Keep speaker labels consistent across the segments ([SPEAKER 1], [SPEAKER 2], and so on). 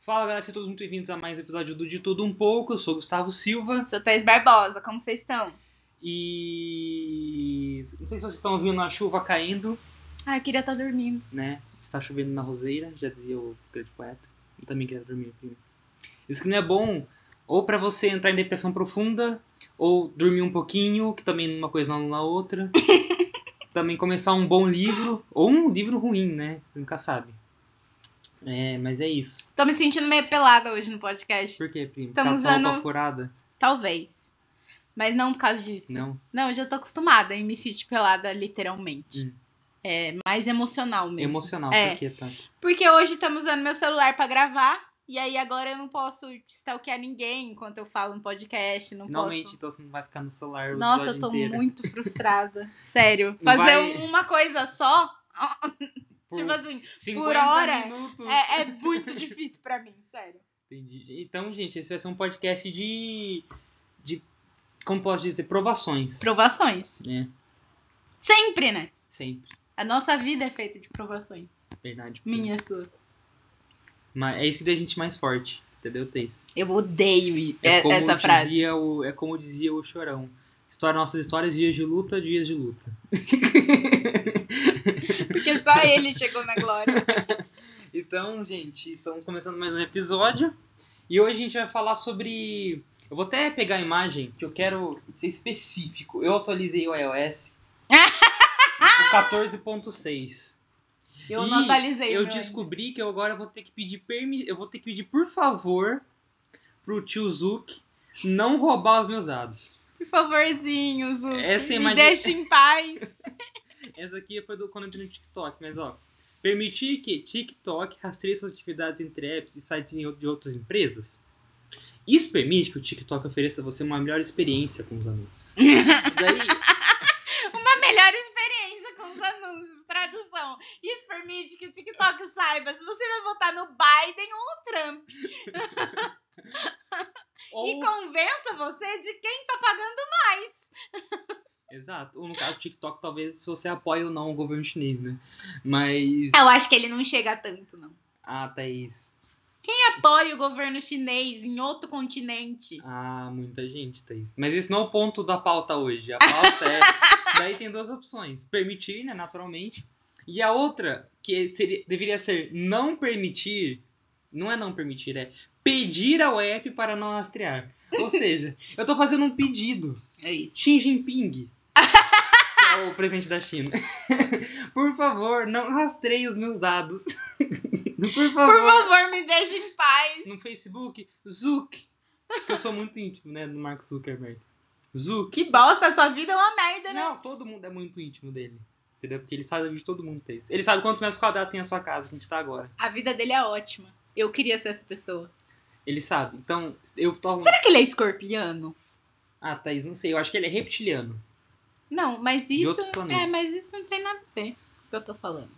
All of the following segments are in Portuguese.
[SPEAKER 1] Fala galera, sejam todos muito bem-vindos a mais um episódio do De Tudo Um Pouco. Eu sou o Gustavo Silva
[SPEAKER 2] Sou Thais Barbosa, como vocês estão?
[SPEAKER 1] e. Não sei se vocês estão ouvindo a chuva caindo,
[SPEAKER 2] Ah, eu queria estar dormindo.
[SPEAKER 1] né? Está chovendo na roseira, já dizia o grande poeta. Eu também queria dormir aqui. né? Isso que não é bom ou pra você entrar em depressão profunda, ou dormir um pouquinho, que também uma coisa não anula a outra. também começar um bom livro, ou um livro ruim, né? Nunca sabe. É, mas é isso.
[SPEAKER 2] Tô me sentindo meio pelada hoje no podcast.
[SPEAKER 1] Por quê, primo? Tá,
[SPEAKER 2] Estamos
[SPEAKER 1] Caçar uma
[SPEAKER 2] usando-
[SPEAKER 1] furada?
[SPEAKER 2] Talvez. Mas não por causa disso.
[SPEAKER 1] Não.
[SPEAKER 2] Não, eu já tô acostumada em me sentir pelada, literalmente.
[SPEAKER 1] Hum.
[SPEAKER 2] É mais emocional mesmo.
[SPEAKER 1] Emocional,
[SPEAKER 2] É.
[SPEAKER 1] por que tanto?
[SPEAKER 2] Porque hoje estamos usando meu celular pra gravar. E aí agora eu não posso stalkear ninguém enquanto eu falo um podcast. Não
[SPEAKER 1] Finalmente,
[SPEAKER 2] posso.
[SPEAKER 1] então você não vai ficar no celular o
[SPEAKER 2] Nossa, eu
[SPEAKER 1] episódio
[SPEAKER 2] tô
[SPEAKER 1] inteiro.
[SPEAKER 2] muito frustrada. Sério.
[SPEAKER 1] Vai-
[SPEAKER 2] Fazer uma coisa só,
[SPEAKER 1] Por
[SPEAKER 2] tipo assim,
[SPEAKER 1] 50
[SPEAKER 2] por hora,
[SPEAKER 1] Minutos.
[SPEAKER 2] é, é muito difícil pra mim, sério.
[SPEAKER 1] Entendi. Então, gente, esse vai ser um podcast de. de como posso dizer? Provações.
[SPEAKER 2] Provações.
[SPEAKER 1] É.
[SPEAKER 2] Sempre, né?
[SPEAKER 1] Sempre.
[SPEAKER 2] A nossa vida é feita de provações.
[SPEAKER 1] Verdade.
[SPEAKER 2] Minha, sua.
[SPEAKER 1] Mas é isso que deixa a gente mais forte, entendeu, Teis?
[SPEAKER 2] Eu odeio i-
[SPEAKER 1] É
[SPEAKER 2] é-
[SPEAKER 1] como
[SPEAKER 2] essa
[SPEAKER 1] dizia
[SPEAKER 2] frase.
[SPEAKER 1] O, é como dizia o Chorão. História, nossas histórias, dias de luta, dias de luta.
[SPEAKER 2] Porque só ele chegou na glória.
[SPEAKER 1] Então, gente, estamos começando mais um episódio. E hoje a gente vai falar sobre. Eu vou até pegar a imagem, que eu quero ser específico. Eu atualizei o iOS. o 14.6.
[SPEAKER 2] Eu
[SPEAKER 1] Ih,
[SPEAKER 2] não atualizei. o
[SPEAKER 1] Eu
[SPEAKER 2] meu
[SPEAKER 1] descobri que eu agora vou ter que pedir permi... Eu vou ter que pedir, por favor, pro tio Zuc não roubar os meus dados.
[SPEAKER 2] ainda. Por favorzinho, Zu.
[SPEAKER 1] Essa
[SPEAKER 2] me
[SPEAKER 1] imagem-
[SPEAKER 2] deixa em paz.
[SPEAKER 1] Essa aqui foi do quando eu entrei no TikTok, mas ó. Permitir que TikTok rastreie suas atividades entre apps e sites em ou- de outras empresas? Isso permite que o TikTok ofereça a você uma melhor experiência com os anúncios. Daí,
[SPEAKER 2] Uma melhor experiência com os anúncios. Tradução. Isso permite que o TikTok saiba se você vai votar no Biden ou no Trump. E
[SPEAKER 1] ou,
[SPEAKER 2] convença você de quem tá pagando mais.
[SPEAKER 1] Exato. Ou no caso do TikTok, talvez se você apoia ou não o governo chinês, né? Mas.
[SPEAKER 2] Eu acho que ele não chega a tanto, não.
[SPEAKER 1] Ah, Thaís.
[SPEAKER 2] Apoie o governo chinês em outro continente.
[SPEAKER 1] Ah, muita gente, Thaís. Mas esse não é o ponto da pauta hoje. A pauta é. Daí tem duas opções: permitir, né, naturalmente. E a outra, que seria, deveria ser não permitir, não é não permitir, é pedir ao app para não rastrear. Ou seja, eu tô fazendo um pedido.
[SPEAKER 2] É isso.
[SPEAKER 1] Xi Jinping, que é o presidente da China. Por favor, não rastreie os meus dados. Por favor
[SPEAKER 2] Por favor, me deixe em paz.
[SPEAKER 1] no Facebook, Zuck. Porque eu sou muito íntimo, né, do Mark Zuckerberg. Zuck.
[SPEAKER 2] Que bosta, sua vida é uma merda, né?
[SPEAKER 1] Não, todo mundo é muito íntimo dele. Entendeu? Porque ele sabe de todo mundo tem isso. Ele sabe quantos metros quadrados tem a sua casa que a gente tá agora.
[SPEAKER 2] A vida dele é ótima. Eu queria ser essa pessoa.
[SPEAKER 1] Ele sabe. Então, eu tô.
[SPEAKER 2] Será que ele é escorpiano?
[SPEAKER 1] Ah, Thaís, não sei. Eu acho que ele é reptiliano.
[SPEAKER 2] Não, mas
[SPEAKER 1] De
[SPEAKER 2] isso.
[SPEAKER 1] outro planeta.
[SPEAKER 2] É, mas isso não tem nada a ver com o que eu tô falando.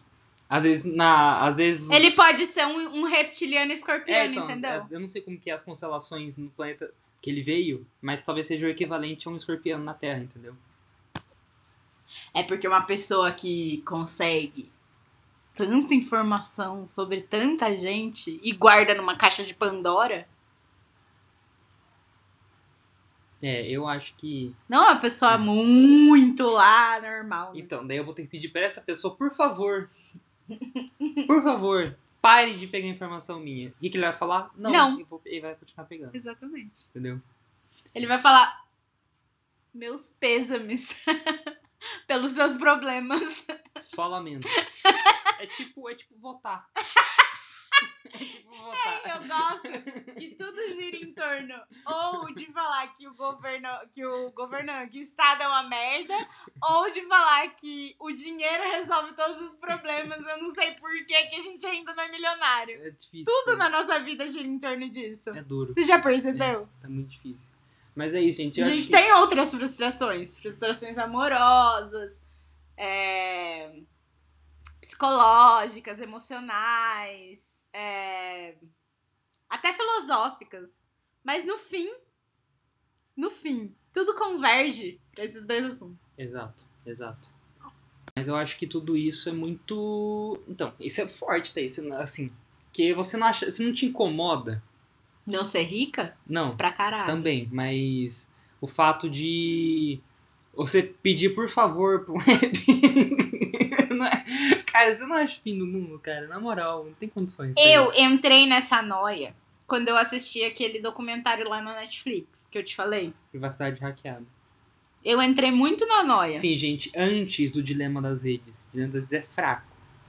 [SPEAKER 1] Às vezes, na. Às vezes. os-
[SPEAKER 2] Ele pode ser um, um reptiliano
[SPEAKER 1] É,
[SPEAKER 2] escorpiano,
[SPEAKER 1] então,
[SPEAKER 2] entendeu?
[SPEAKER 1] é, eu não sei como que é as constelações no planeta que ele veio, mas talvez seja o equivalente a um escorpião na Terra, entendeu?
[SPEAKER 2] É porque uma pessoa que consegue tanta informação sobre tanta gente e guarda numa caixa de Pandora,
[SPEAKER 1] É, eu acho que.
[SPEAKER 2] não é uma pessoa muito lá, normal. né?
[SPEAKER 1] Então, daí eu vou ter que pedir pra essa pessoa, por favor, por favor, pare de pegar informação minha. O que, que ele vai falar?
[SPEAKER 2] Não.
[SPEAKER 1] E vou- Ele vai continuar pegando,
[SPEAKER 2] Exatamente.
[SPEAKER 1] entendeu?
[SPEAKER 2] Ele vai falar: Meus pêsames pelos seus problemas.
[SPEAKER 1] Só lamento. É tipo, é tipo votar. É tipo votar.
[SPEAKER 2] Eu gosto que tudo gira em torno ou de falar que o governo, que o governo, não, que o estado é uma merda, ou de falar que o dinheiro resolve todos os problemas. Eu não sei por que que a gente ainda não é milionário.
[SPEAKER 1] É difícil.
[SPEAKER 2] Tudo na
[SPEAKER 1] né?
[SPEAKER 2] nossa vida gira em torno disso.
[SPEAKER 1] É duro,
[SPEAKER 2] Você já percebeu?
[SPEAKER 1] tá muito difícil. Mas é isso, gente. Eu
[SPEAKER 2] a
[SPEAKER 1] acho
[SPEAKER 2] gente
[SPEAKER 1] que-
[SPEAKER 2] tem outras frustrações, frustrações amorosas, é, psicológicas, emocionais, é, até filosóficas. Mas no fim, no fim, tudo converge pra esses dois assuntos.
[SPEAKER 1] Exato, exato. Mas eu acho que tudo isso é muito. Então, isso é forte, tá? Isso, assim, Que você não acha. Você não te incomoda.
[SPEAKER 2] Não ser rica?
[SPEAKER 1] Não,
[SPEAKER 2] Pra caralho.
[SPEAKER 1] também. Mas o fato de você pedir por favor pra um app. não é- cara, você não acha o fim do mundo, cara. Na moral, não tem condições. pra
[SPEAKER 2] Eu
[SPEAKER 1] isso.
[SPEAKER 2] entrei nessa noia quando eu assisti aquele documentário lá na Netflix que eu te falei.
[SPEAKER 1] Privacidade hackeada.
[SPEAKER 2] Eu entrei muito na noia.
[SPEAKER 1] Sim, gente, antes do dilema das redes. O dilema das redes é fraco.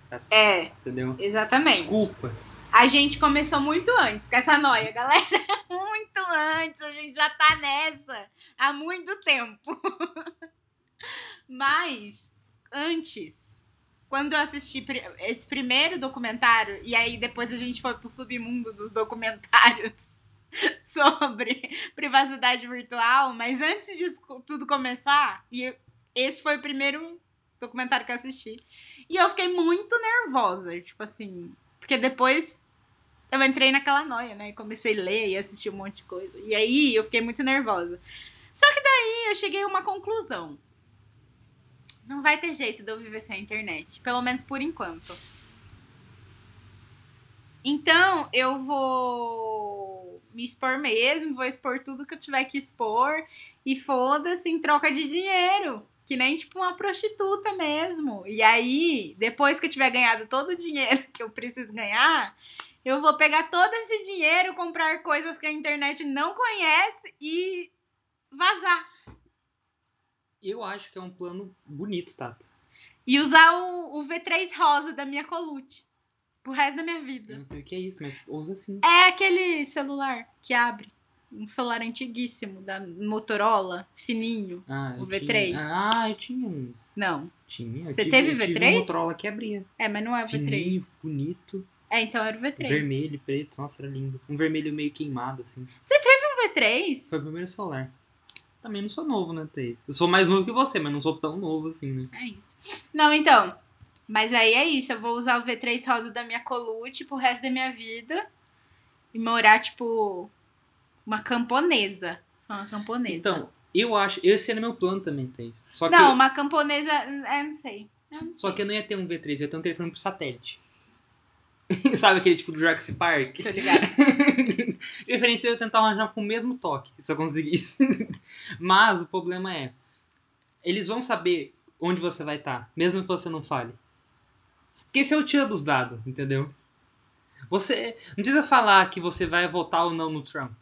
[SPEAKER 1] tá?
[SPEAKER 2] É,
[SPEAKER 1] Entendeu?
[SPEAKER 2] exatamente.
[SPEAKER 1] Desculpa.
[SPEAKER 2] A gente começou muito antes com essa noia, galera. Muito antes, a gente já tá nessa há muito tempo. Mas antes, quando eu assisti pri- esse primeiro documentário, e aí depois a gente foi pro submundo dos documentários sobre privacidade virtual, mas antes disso tudo começar, e eu- esse foi o primeiro documentário que eu assisti. E eu fiquei muito nervosa, tipo assim, porque depois eu entrei naquela noia, né? E comecei a ler e assistir um monte de coisa. E aí eu fiquei muito nervosa. Só que daí eu cheguei a uma conclusão. Não vai ter jeito de eu viver sem a internet, pelo menos por enquanto. Então, eu vou me expor mesmo, vou expor tudo que eu tiver que expor e foda-se em troca de dinheiro, que nem tipo uma prostituta mesmo. E aí, depois que eu tiver ganhado todo o dinheiro que eu preciso ganhar, eu vou pegar todo esse dinheiro, comprar coisas que a internet não conhece e vazar.
[SPEAKER 1] Eu acho que é um plano bonito, tá? Tata.
[SPEAKER 2] E usar o, o V3 rosa da minha colute. Pro resto da minha
[SPEAKER 1] Eu
[SPEAKER 2] vida.
[SPEAKER 1] não sei o que é isso, mas ousa sim.
[SPEAKER 2] É aquele celular que abre. Um celular antiguíssimo, da Motorola, fininho.
[SPEAKER 1] Ah, eu
[SPEAKER 2] O V3.
[SPEAKER 1] Tinha... Ah, eu tinha um.
[SPEAKER 2] Não.
[SPEAKER 1] Tinha. eu
[SPEAKER 2] Você
[SPEAKER 1] tive,
[SPEAKER 2] teve
[SPEAKER 1] eu tive
[SPEAKER 2] V3?
[SPEAKER 1] um Motorola que abria.
[SPEAKER 2] É, mas não é o
[SPEAKER 1] Fininho,
[SPEAKER 2] V3.
[SPEAKER 1] bonito.
[SPEAKER 2] É, então era o V3.
[SPEAKER 1] Vermelho, e preto. Nossa, era lindo. Um vermelho meio queimado, assim.
[SPEAKER 2] O
[SPEAKER 1] Foi
[SPEAKER 2] V3?
[SPEAKER 1] o primeiro celular. Também não sou novo, né, Thaís? Eu sou mais novo que você, mas não sou tão novo assim, né?
[SPEAKER 2] É isso. Não, então. Mas aí é isso. Eu vou usar o V3 rosa da minha colute pro resto da minha vida. E morar, tipo, uma camponesa. Sou uma camponesa.
[SPEAKER 1] Então, eu acho. Esse era meu plano também, Thaís. Só que,
[SPEAKER 2] não,
[SPEAKER 1] eu,
[SPEAKER 2] uma camponesa. É, não sei. Eu não
[SPEAKER 1] só
[SPEAKER 2] sei.
[SPEAKER 1] que eu não ia ter um V3, eu ia ter um telefone pro satélite. Sabe aquele tipo do Jurassic Park?
[SPEAKER 2] Tô ligada.
[SPEAKER 1] De preferência eu ia tentar arranjar com o mesmo toque, se eu conseguisse. Mas o problema é, eles vão saber onde você vai estar, mesmo que você não fale. Porque esse é o tiro dos dados, entendeu? Você não precisa falar que você vai votar ou não no Trump.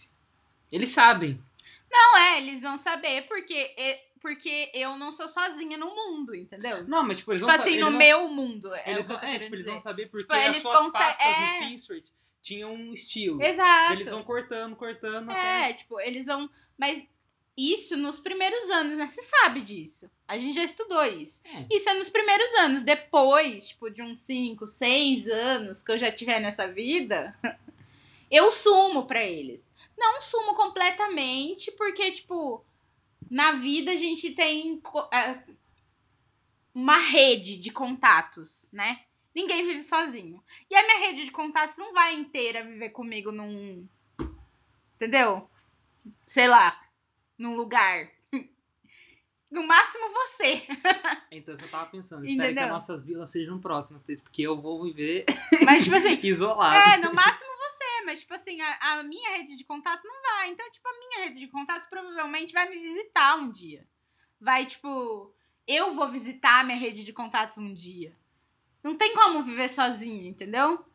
[SPEAKER 1] Eles sabem.
[SPEAKER 2] Não é, eles vão saber porque, é- porque eu não sou sozinha no mundo, entendeu?
[SPEAKER 1] Não, mas tipo, eles
[SPEAKER 2] Tipo
[SPEAKER 1] vão saber.
[SPEAKER 2] assim, no meu mundo. É
[SPEAKER 1] Eles
[SPEAKER 2] o que
[SPEAKER 1] vão,
[SPEAKER 2] eu
[SPEAKER 1] é,
[SPEAKER 2] tô querendo
[SPEAKER 1] tipo, eles vão
[SPEAKER 2] dizer.
[SPEAKER 1] saber porque
[SPEAKER 2] Tipo,
[SPEAKER 1] as
[SPEAKER 2] eles
[SPEAKER 1] suas
[SPEAKER 2] consegue-
[SPEAKER 1] pastas
[SPEAKER 2] é.
[SPEAKER 1] no Pinterest tinham um estilo.
[SPEAKER 2] Exato.
[SPEAKER 1] Eles vão cortando, cortando até...
[SPEAKER 2] É, tipo, eles vão. Mas isso nos primeiros anos, né? Você sabe disso. A gente já estudou isso.
[SPEAKER 1] É.
[SPEAKER 2] Isso é nos primeiros anos. Depois, tipo, de uns 5, 6 anos que eu já tiver nessa vida, eu sumo pra eles. Não sumo completamente, porque, tipo, na vida a gente tem co- é, uma rede de contatos, né? Ninguém vive sozinho. E a minha rede de contatos não vai inteira viver comigo num Entendeu? Sei lá, num lugar. No máximo você.
[SPEAKER 1] Então, eu só tava pensando, espero que
[SPEAKER 2] Entendeu?
[SPEAKER 1] as nossas vilas sejam próximas, Thaís, porque eu vou viver
[SPEAKER 2] Mas, tipo assim,
[SPEAKER 1] isolado.
[SPEAKER 2] é, no máximo você. Mas, tipo assim, a, a minha rede de contato não vai. Então, tipo, a minha rede de contatos provavelmente vai me visitar um dia. Vai, tipo, eu vou visitar a minha rede de contatos um dia. Não tem como viver sozinho, entendeu?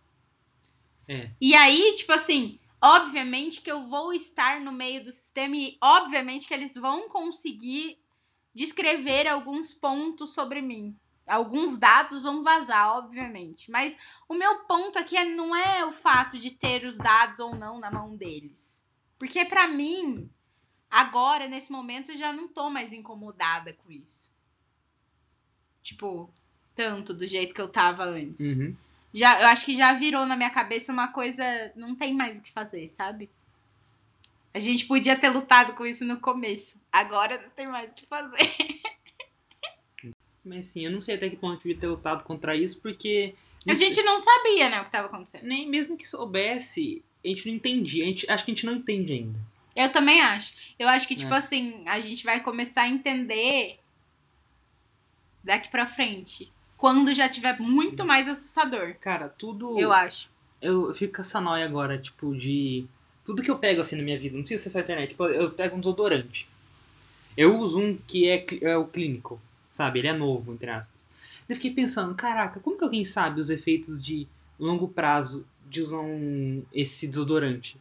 [SPEAKER 1] É.
[SPEAKER 2] E aí, tipo assim, obviamente que eu vou estar no meio do sistema e obviamente que eles vão conseguir descrever alguns pontos sobre mim. Alguns dados vão vazar, obviamente. Mas o meu ponto aqui é, não é o fato de ter os dados ou não na mão deles. Porque pra mim, agora, nesse momento, eu já não tô mais incomodada com isso. Tipo, tanto do jeito que eu tava antes.
[SPEAKER 1] Uhum.
[SPEAKER 2] Já, eu acho que já virou na minha cabeça uma coisa. Não tem mais o que fazer, sabe? A gente podia ter lutado com isso no começo. Agora não tem mais o que fazer.
[SPEAKER 1] Mas assim, eu não sei até que ponto eu devia ter lutado contra isso, porque.
[SPEAKER 2] A
[SPEAKER 1] não sei-
[SPEAKER 2] gente não sabia, né, o que tava acontecendo.
[SPEAKER 1] Nem mesmo que soubesse, a gente não entendia. A gente, acho que a gente não entende ainda.
[SPEAKER 2] Eu também acho. Eu acho que, tipo
[SPEAKER 1] É.
[SPEAKER 2] assim, a gente vai começar a entender daqui pra frente. Quando já tiver muito mais assustador,
[SPEAKER 1] Cara, tudo.
[SPEAKER 2] eu acho.
[SPEAKER 1] Eu eu fico com essa noia agora, tipo, de. Tudo que eu pego assim na minha vida, não precisa ser só a internet. Tipo, eu pego um desodorante. Eu uso um que é, cli- é o clínico, sabe? Ele é novo, entre aspas. Eu fiquei pensando, caraca, como que alguém sabe os efeitos de longo prazo de usar um, esse desodorante?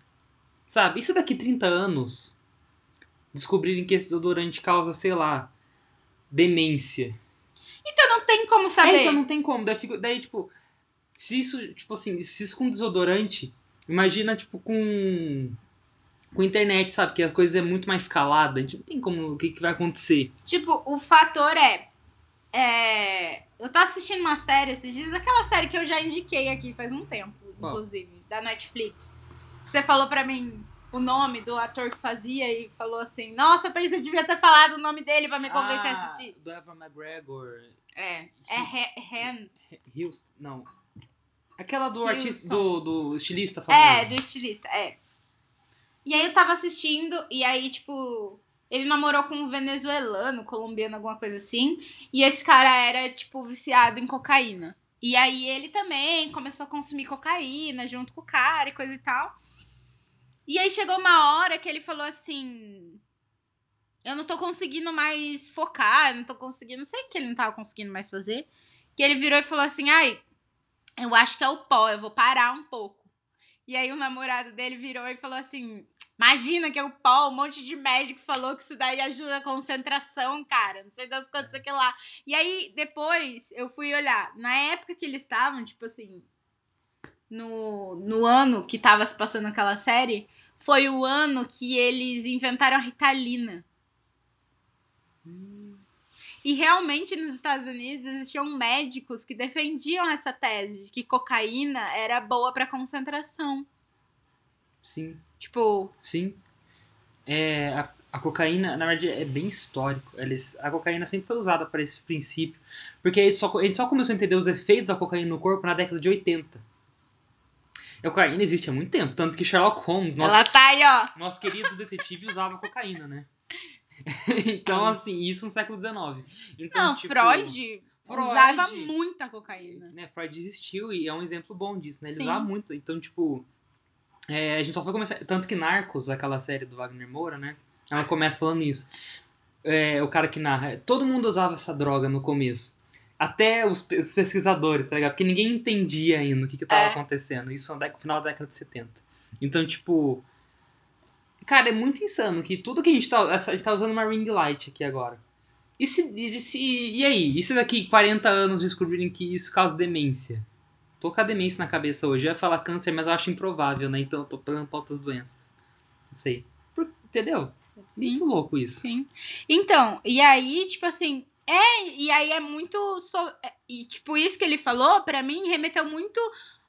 [SPEAKER 1] Sabe? E se daqui 30 anos descobrirem que esse desodorante causa, sei lá, demência?
[SPEAKER 2] Então não tem como saber.
[SPEAKER 1] É, então não tem como. Daí, fico- daí, tipo, se isso, tipo assim, se isso com desodorante, imagina, tipo, com. Com internet, sabe? Que a coisa é muito mais calada. A gente não tem como. O que, que vai acontecer?
[SPEAKER 2] Tipo, o fator é, é, Eu tava assistindo uma série esses dias, aquela série que eu já indiquei aqui faz um tempo,
[SPEAKER 1] Qual?
[SPEAKER 2] inclusive, da Netflix. Você falou pra mim o nome do ator que fazia e falou assim: Nossa, eu pensei que devia ter falado o nome dele pra me convencer
[SPEAKER 1] Ah.
[SPEAKER 2] a assistir.
[SPEAKER 1] Do Evan McGregor.
[SPEAKER 2] É. É Re- Ren.
[SPEAKER 1] Houston. Não. Aquela do artista. Do,
[SPEAKER 2] Houston.
[SPEAKER 1] do estilista
[SPEAKER 2] É,
[SPEAKER 1] famoso.
[SPEAKER 2] do estilista, é. E aí eu tava assistindo, e aí, tipo, ele namorou com um venezuelano, colombiano, alguma coisa assim. E esse cara era, tipo, viciado em cocaína. E aí ele também começou a consumir cocaína junto com o cara e coisa e tal. E aí chegou uma hora que ele falou assim. Eu não tô conseguindo mais focar, eu não tô conseguindo. Não sei o que ele não tava conseguindo mais fazer. Que ele virou e falou assim: ai, eu acho que é o pó, eu vou parar um pouco. E aí o namorado dele virou e falou assim: Imagina que é o pó, um monte de médico falou que isso daí ajuda a concentração, cara. Não sei das quantas, sei o que lá. E aí, depois, eu fui olhar. Na época que eles estavam, tipo assim, no, no ano que tava se passando aquela série, foi o ano que eles inventaram a Ritalina. E realmente nos Estados Unidos existiam médicos que defendiam essa tese de que cocaína era boa pra concentração.
[SPEAKER 1] Sim,
[SPEAKER 2] Tipo,
[SPEAKER 1] sim. É, a, a cocaína, na verdade, é bem histórico. Eles, a cocaína sempre foi usada para esse princípio. Porque a gente, só, a gente só começou a entender os efeitos da cocaína no corpo na década de 80. E a cocaína existe há muito tempo. Tanto que Sherlock Holmes, nosso,
[SPEAKER 2] Ela tá aí, ó.
[SPEAKER 1] nosso querido detetive, usava cocaína, né? então, assim, isso no século XIX. Então,
[SPEAKER 2] Não,
[SPEAKER 1] tipo,
[SPEAKER 2] Freud,
[SPEAKER 1] Freud.
[SPEAKER 2] usava muita cocaína.
[SPEAKER 1] né, Freud existiu e é um exemplo bom disso, né? Ele
[SPEAKER 2] Sim.
[SPEAKER 1] usava muito. Então, tipo, é, a gente só foi começar. Tanto que Narcos, aquela série do Wagner Moura, né? Ela começa falando isso. É, o cara que narra. Todo mundo usava essa droga no começo. Até os, pe- os pesquisadores, tá ligado? Porque ninguém entendia ainda o que, que tava
[SPEAKER 2] É.
[SPEAKER 1] acontecendo. Isso no dec- final da década de 70. Então, tipo. Cara, é muito insano que tudo que a gente tá. essa- A gente tá usando uma ring light aqui agora. E, se, e, se, e aí? E se daqui 40 anos descobrirem que isso causa demência? Tô com a demência na cabeça hoje. Eu ia falar câncer, mas eu acho improvável, né? Então eu tô plantando pra outras doenças. Não sei. Por- entendeu? Muito louco isso.
[SPEAKER 2] sim. Então, e aí, tipo assim, é, e aí é muito. so- é, e, tipo, isso que ele falou, pra mim, remeteu muito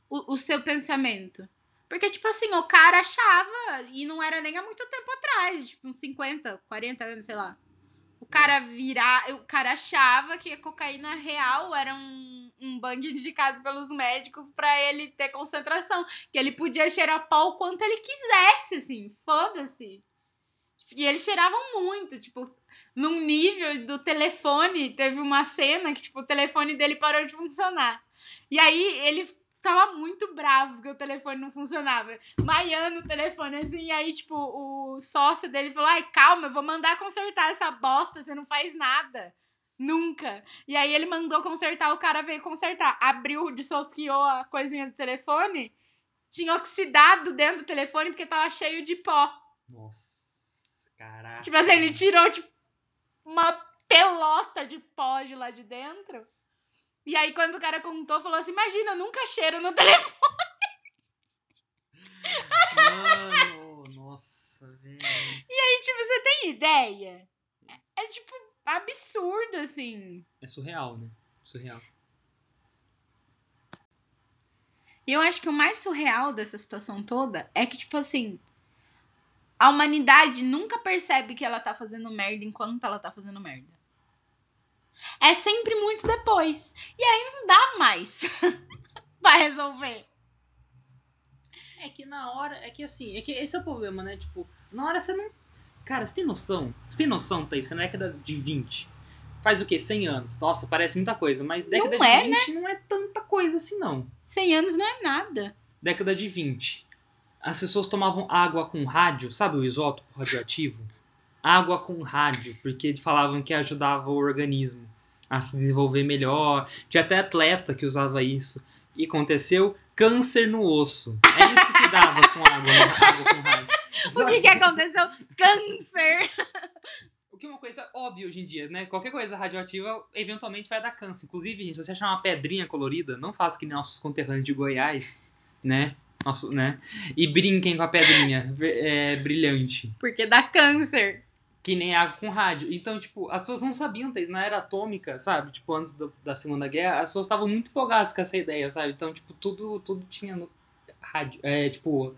[SPEAKER 2] o, o seu pensamento. Porque, tipo assim, o cara achava, e não era nem há muito tempo atrás, tipo, uns 50, 40 anos, sei lá. O cara virar, o cara achava que a cocaína real era um, um bang indicado pelos médicos pra ele ter concentração, que ele podia cheirar pau o quanto ele quisesse, assim, foda-se. E eles cheiravam muito, tipo, num nível do telefone, teve uma cena que tipo o telefone dele parou de funcionar. E aí ele tava muito bravo que o telefone não funcionava. Maiando o telefone assim, e aí tipo o sócio dele falou: "Ai, calma, eu vou mandar consertar essa bosta, você não faz nada". Nunca. E aí ele mandou consertar, o cara veio consertar. Abriu, dissociou a coisinha do telefone. Tinha oxidado dentro do telefone porque tava cheio de pó.
[SPEAKER 1] Nossa, caraca.
[SPEAKER 2] Tipo assim, ele tirou, tipo, uma pelota de pó de lá de dentro. E aí, quando o cara contou, falou assim: Imagina, nunca cheiro no telefone.
[SPEAKER 1] Mano, nossa, velho.
[SPEAKER 2] Tipo, você tem ideia? É, é, tipo, absurdo, assim.
[SPEAKER 1] É surreal, né? Surreal.
[SPEAKER 2] E eu acho que o mais surreal dessa situação toda é que, tipo assim. A humanidade nunca percebe que ela tá fazendo merda enquanto ela tá fazendo merda. É sempre muito depois. E aí não dá mais pra resolver.
[SPEAKER 1] É que na hora, é que assim, é que esse é o problema, né? Tipo, na hora você não. Cara, você tem noção? Você tem noção, Thaís, que na década de 20. Faz o quê? 100 anos. Nossa, parece muita coisa, mas década
[SPEAKER 2] Não é,
[SPEAKER 1] de 20 não é tanta coisa assim, não.
[SPEAKER 2] 100 anos não é nada.
[SPEAKER 1] década de 20. As pessoas tomavam água com rádio, sabe o isótopo radioativo? Água com rádio, porque falavam que ajudava o organismo a se desenvolver melhor. Tinha até atleta que usava isso. E aconteceu câncer no osso. É isso que dava com água, né? água com rádio.
[SPEAKER 2] O que, é que aconteceu? Câncer!
[SPEAKER 1] O que é uma coisa óbvia hoje em dia, né? Qualquer coisa radioativa eventualmente vai dar câncer. Inclusive, gente, se você achar uma pedrinha colorida, não faça que nem nossos conterrâneos de Goiás, né? Nosso, né? E brinquem com a pedrinha é, brilhante.
[SPEAKER 2] Porque dá câncer.
[SPEAKER 1] Que nem água com rádio. Então, tipo, as pessoas não sabiam, tá? na era atômica, sabe? Tipo, antes do- da Segunda Guerra, as pessoas estavam muito empolgadas com essa ideia, sabe? Então, tipo, tudo, tudo tinha no rádio. É, tipo,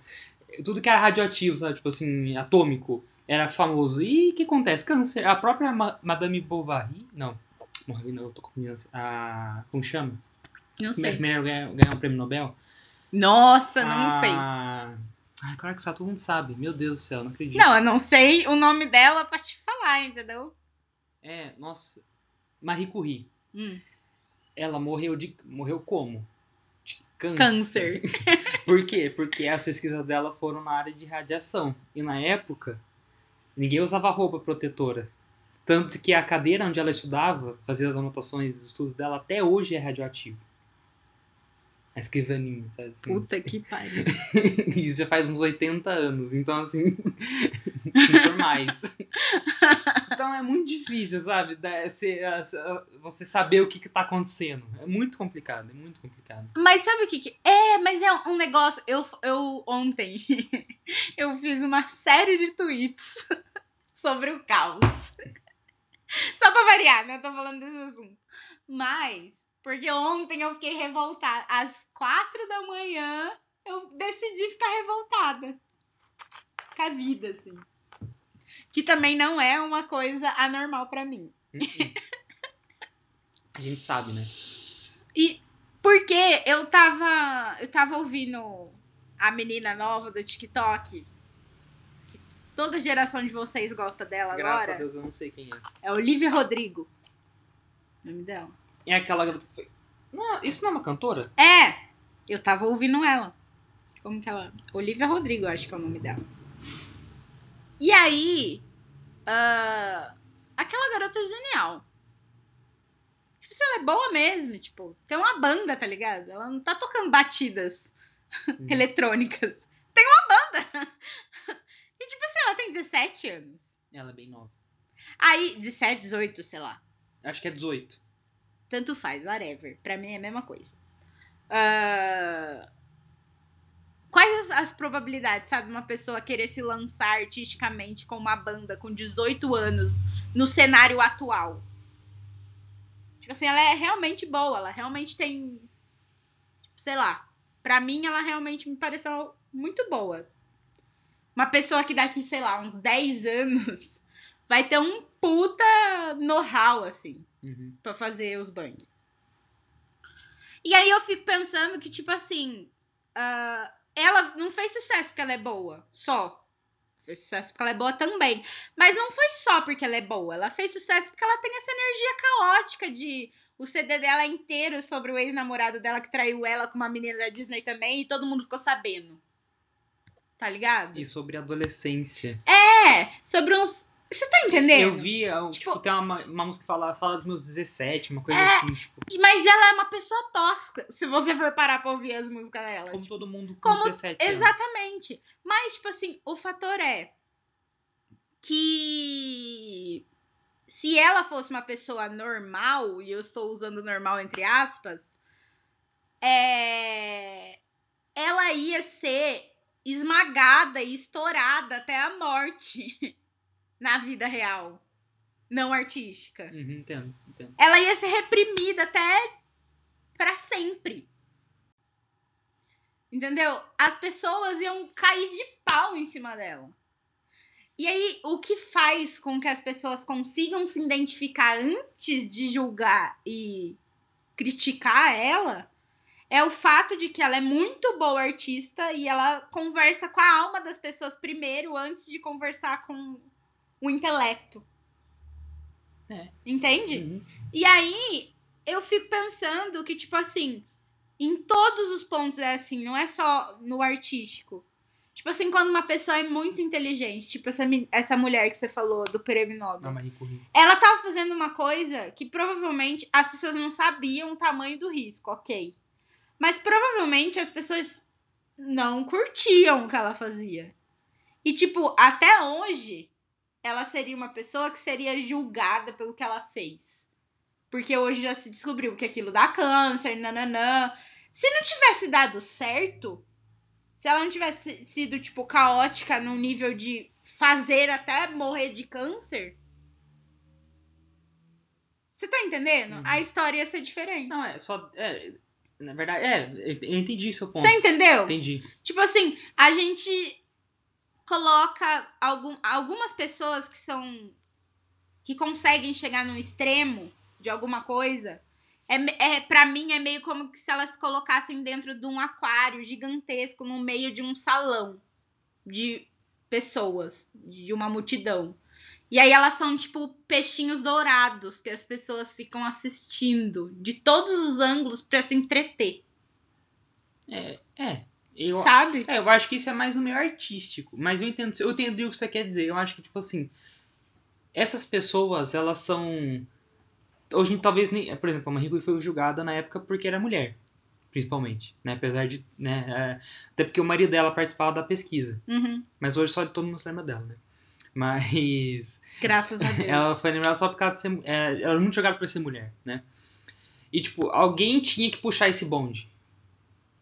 [SPEAKER 1] tudo que era radioativo, sabe? Tipo assim, atômico, era famoso. E o que acontece? Câncer. A própria Ma- Madame Bovary. Não. Morri, não, eu tô com minhas. A, como chama?
[SPEAKER 2] Não sei.
[SPEAKER 1] Primeiro ganhar, ganhar um prêmio Nobel?
[SPEAKER 2] Nossa, não sei.
[SPEAKER 1] Ah, Ai, claro que só todo mundo sabe. Meu Deus do céu, não acredito.
[SPEAKER 2] Não, eu não sei o nome dela pra te falar, entendeu?
[SPEAKER 1] É, nossa. Marie Curie.
[SPEAKER 2] Hum.
[SPEAKER 1] Ela morreu de. Morreu como? De câncer.
[SPEAKER 2] Câncer.
[SPEAKER 1] Por quê? Porque as pesquisas delas foram na área de radiação. E na época, ninguém usava roupa protetora. Tanto que a cadeira onde ela estudava, fazia as anotações dos estudos dela, até hoje é radioativa. A escrivaninha, sabe? assim?
[SPEAKER 2] Puta que pariu.
[SPEAKER 1] E Isso já faz uns 80 anos, então assim. por mais. Então é muito difícil, sabe? da- se- a- se- a- Você saber o que, que tá acontecendo. É muito complicado, é muito complicado.
[SPEAKER 2] Mas sabe o que, que- É, mas é um negócio. Eu, eu ontem eu fiz uma série de tweets sobre o caos. Só pra variar, né? Eu tô falando desse assunto. Mas, porque ontem eu fiquei revoltada. Às quatro da manhã eu decidi ficar revoltada. Com a vida, assim. Que também não é uma coisa anormal pra mim.
[SPEAKER 1] Hum, hum. A gente sabe, né?
[SPEAKER 2] E porque eu tava. Eu tava ouvindo a menina nova do TikTok. que Toda geração de vocês gosta dela
[SPEAKER 1] Graças a
[SPEAKER 2] agora.
[SPEAKER 1] Deus eu não sei quem é.
[SPEAKER 2] É Olivia Rodrigo. O nome dela.
[SPEAKER 1] É aquela garota que foi. Não, isso não é uma cantora?
[SPEAKER 2] É! Eu tava ouvindo ela. Como que ela. é? Olivia Rodrigo, eu acho que é o nome dela. E aí. ah, aquela garota é genial. Tipo, se ela é boa mesmo, tipo, tem uma banda, tá ligado? Ela não tá tocando batidas eletrônicas. Tem uma banda! E tipo assim, ela tem 17 anos.
[SPEAKER 1] Ela é bem nova.
[SPEAKER 2] Aí, 17, 18, sei lá.
[SPEAKER 1] Acho que é 18.
[SPEAKER 2] Tanto faz, whatever. Pra mim é a mesma coisa. Ah, Quais as, as probabilidades, sabe? Uma pessoa querer se lançar artisticamente com uma banda com 18 anos no cenário atual? Tipo assim, ela é realmente boa, ela realmente tem. tipo, sei lá. Pra mim, ela realmente me pareceu muito boa. Uma pessoa que daqui, sei lá, uns 10 anos vai ter um puta know-how, assim.
[SPEAKER 1] Uhum.
[SPEAKER 2] Pra fazer os bangs. E aí eu fico pensando que, tipo assim, ah, ela não fez sucesso porque ela é boa, só. Fez sucesso porque ela é boa também. Mas não foi só porque ela é boa. Ela fez sucesso porque ela tem essa energia caótica de. O CD dela é inteiro sobre o ex-namorado dela que traiu ela com uma menina da Disney também e todo mundo ficou sabendo. Tá ligado?
[SPEAKER 1] E sobre adolescência.
[SPEAKER 2] É, sobre uns. Você tá entendendo?
[SPEAKER 1] Eu vi, eu, tipo,
[SPEAKER 2] Tipo- É.
[SPEAKER 1] tem uma, uma música que fala, fala dos meus 17, uma coisa assim, tipo.
[SPEAKER 2] E- Mas ela é uma pessoa tóxica, se você for parar pra ouvir as músicas dela.
[SPEAKER 1] Como todo mundo com
[SPEAKER 2] Como-
[SPEAKER 1] 17 anos.
[SPEAKER 2] Exatamente. Mas, tipo assim, o fator é que se ela fosse uma pessoa normal, e eu estou usando normal entre aspas, é... ela ia ser esmagada e estourada até a morte na vida real, não artística
[SPEAKER 1] Uhum, entendo, entendo.
[SPEAKER 2] ela ia ser reprimida até pra sempre. Entendeu? As pessoas iam cair de pau em cima dela. E aí, o que faz com que as pessoas consigam se identificar antes de julgar e criticar ela é o fato de que ela é muito boa artista e ela conversa com a alma das pessoas primeiro antes de conversar com o intelecto.
[SPEAKER 1] É.
[SPEAKER 2] Entende?
[SPEAKER 1] Uhum.
[SPEAKER 2] E aí, eu fico pensando que, tipo assim, Em todos os pontos é assim, não é só no artístico. Tipo assim, quando uma pessoa é muito inteligente, tipo essa, men- essa mulher que você falou do prêmio Nobel.
[SPEAKER 1] Não, Marie Curie.
[SPEAKER 2] Ela tava fazendo uma coisa que provavelmente as pessoas não sabiam o tamanho do risco, ok. Mas provavelmente as pessoas não curtiam o que ela fazia. E, tipo, até hoje, ela seria uma pessoa que seria julgada pelo que ela fez. Porque hoje já se descobriu que aquilo dá câncer, nananã. Se não tivesse dado certo, se ela não tivesse sido, tipo, caótica no nível de fazer até morrer de câncer, você tá entendendo?
[SPEAKER 1] Uhum.
[SPEAKER 2] A história ia ser diferente.
[SPEAKER 1] Não, é só. É, na verdade, é, eu eu entendi seu ponto.
[SPEAKER 2] Você entendeu?
[SPEAKER 1] Entendi.
[SPEAKER 2] Tipo assim, a gente coloca algum- algumas pessoas que são. que conseguem chegar num extremo de alguma coisa. É, me- é, pra mim, é meio como que se elas colocassem dentro de um aquário gigantesco no meio de um salão de pessoas, de uma multidão. E aí elas são tipo peixinhos dourados que as pessoas ficam assistindo de todos os ângulos pra se entreter,
[SPEAKER 1] É, é. Eu,
[SPEAKER 2] sabe?
[SPEAKER 1] É, eu acho que isso é mais no meio artístico, mas eu entendo, eu entendi o que você quer dizer. Eu acho que, tipo assim, essas pessoas, elas são. Hoje, talvez nem. Por exemplo, a Marie Curie foi julgada na época porque era mulher, principalmente. Né? Apesar de. Né? é, até porque o marido dela participava da pesquisa.
[SPEAKER 2] Uhum.
[SPEAKER 1] Mas hoje só todo mundo se lembra dela, né? Mas.
[SPEAKER 2] Graças a Deus.
[SPEAKER 1] Ela foi lembrada só por causa de ser. é, Ela não jogada por ser mulher, né? E, tipo, alguém tinha que puxar esse bonde.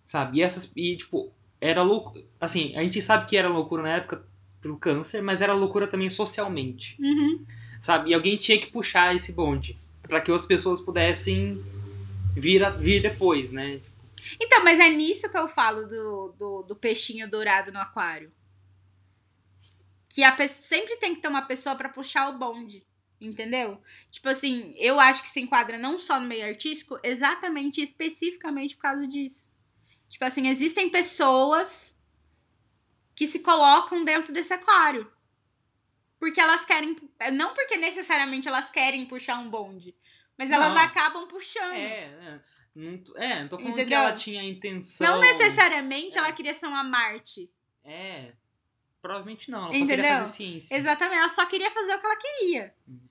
[SPEAKER 1] Sabe? E essas. E, tipo, era louco. Assim, a gente sabe que era loucura na época pelo câncer, mas era loucura também socialmente.
[SPEAKER 2] Uhum.
[SPEAKER 1] Sabe? E alguém tinha que puxar esse bonde. Pra que outras pessoas pudessem vir, a- vir depois, né?
[SPEAKER 2] Então, mas é nisso que eu falo do, do, do peixinho dourado no aquário. Que a pe- sempre tem que ter uma pessoa pra puxar o bonde. Entendeu? Tipo assim, eu acho que se enquadra não só no meio artístico, exatamente e especificamente por causa disso. Tipo assim, existem pessoas que se colocam dentro desse aquário. Porque elas querem. Não porque necessariamente elas querem puxar um bonde, mas elas
[SPEAKER 1] Não.
[SPEAKER 2] acabam puxando.
[SPEAKER 1] É, é. Não, t- é, não tô falando que
[SPEAKER 2] Ah. Entendeu?
[SPEAKER 1] ela tinha a intenção.
[SPEAKER 2] Não necessariamente
[SPEAKER 1] É.
[SPEAKER 2] ela queria ser uma Marte.
[SPEAKER 1] É. Provavelmente não. Ela só
[SPEAKER 2] Entendeu?
[SPEAKER 1] queria fazer ciência.
[SPEAKER 2] Exatamente, ela só queria fazer o que ela queria.
[SPEAKER 1] Uhum.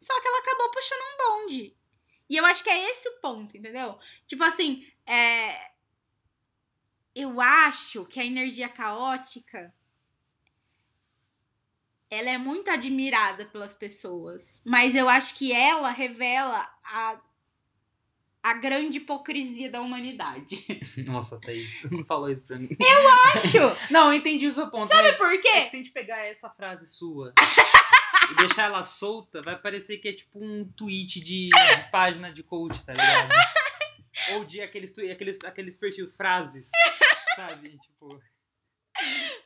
[SPEAKER 2] Só que ela acabou puxando um bonde. E eu acho que é esse o ponto, entendeu? Tipo assim, é, eu acho que a energia caótica ela é muito admirada pelas pessoas, mas eu acho que ela revela a, a grande hipocrisia da humanidade.
[SPEAKER 1] Nossa, Thaís, não falou isso pra mim.
[SPEAKER 2] acho!
[SPEAKER 1] Não, eu entendi o seu ponto.
[SPEAKER 2] Sabe
[SPEAKER 1] mas
[SPEAKER 2] por
[SPEAKER 1] é
[SPEAKER 2] quê?
[SPEAKER 1] que se a gente pegar essa frase sua e deixar ela solta, vai parecer que é tipo um tweet de, de página de coach, tá ligado? Ou de aqueles, twi- aqueles, aqueles perfil frases, sabe? Tipo.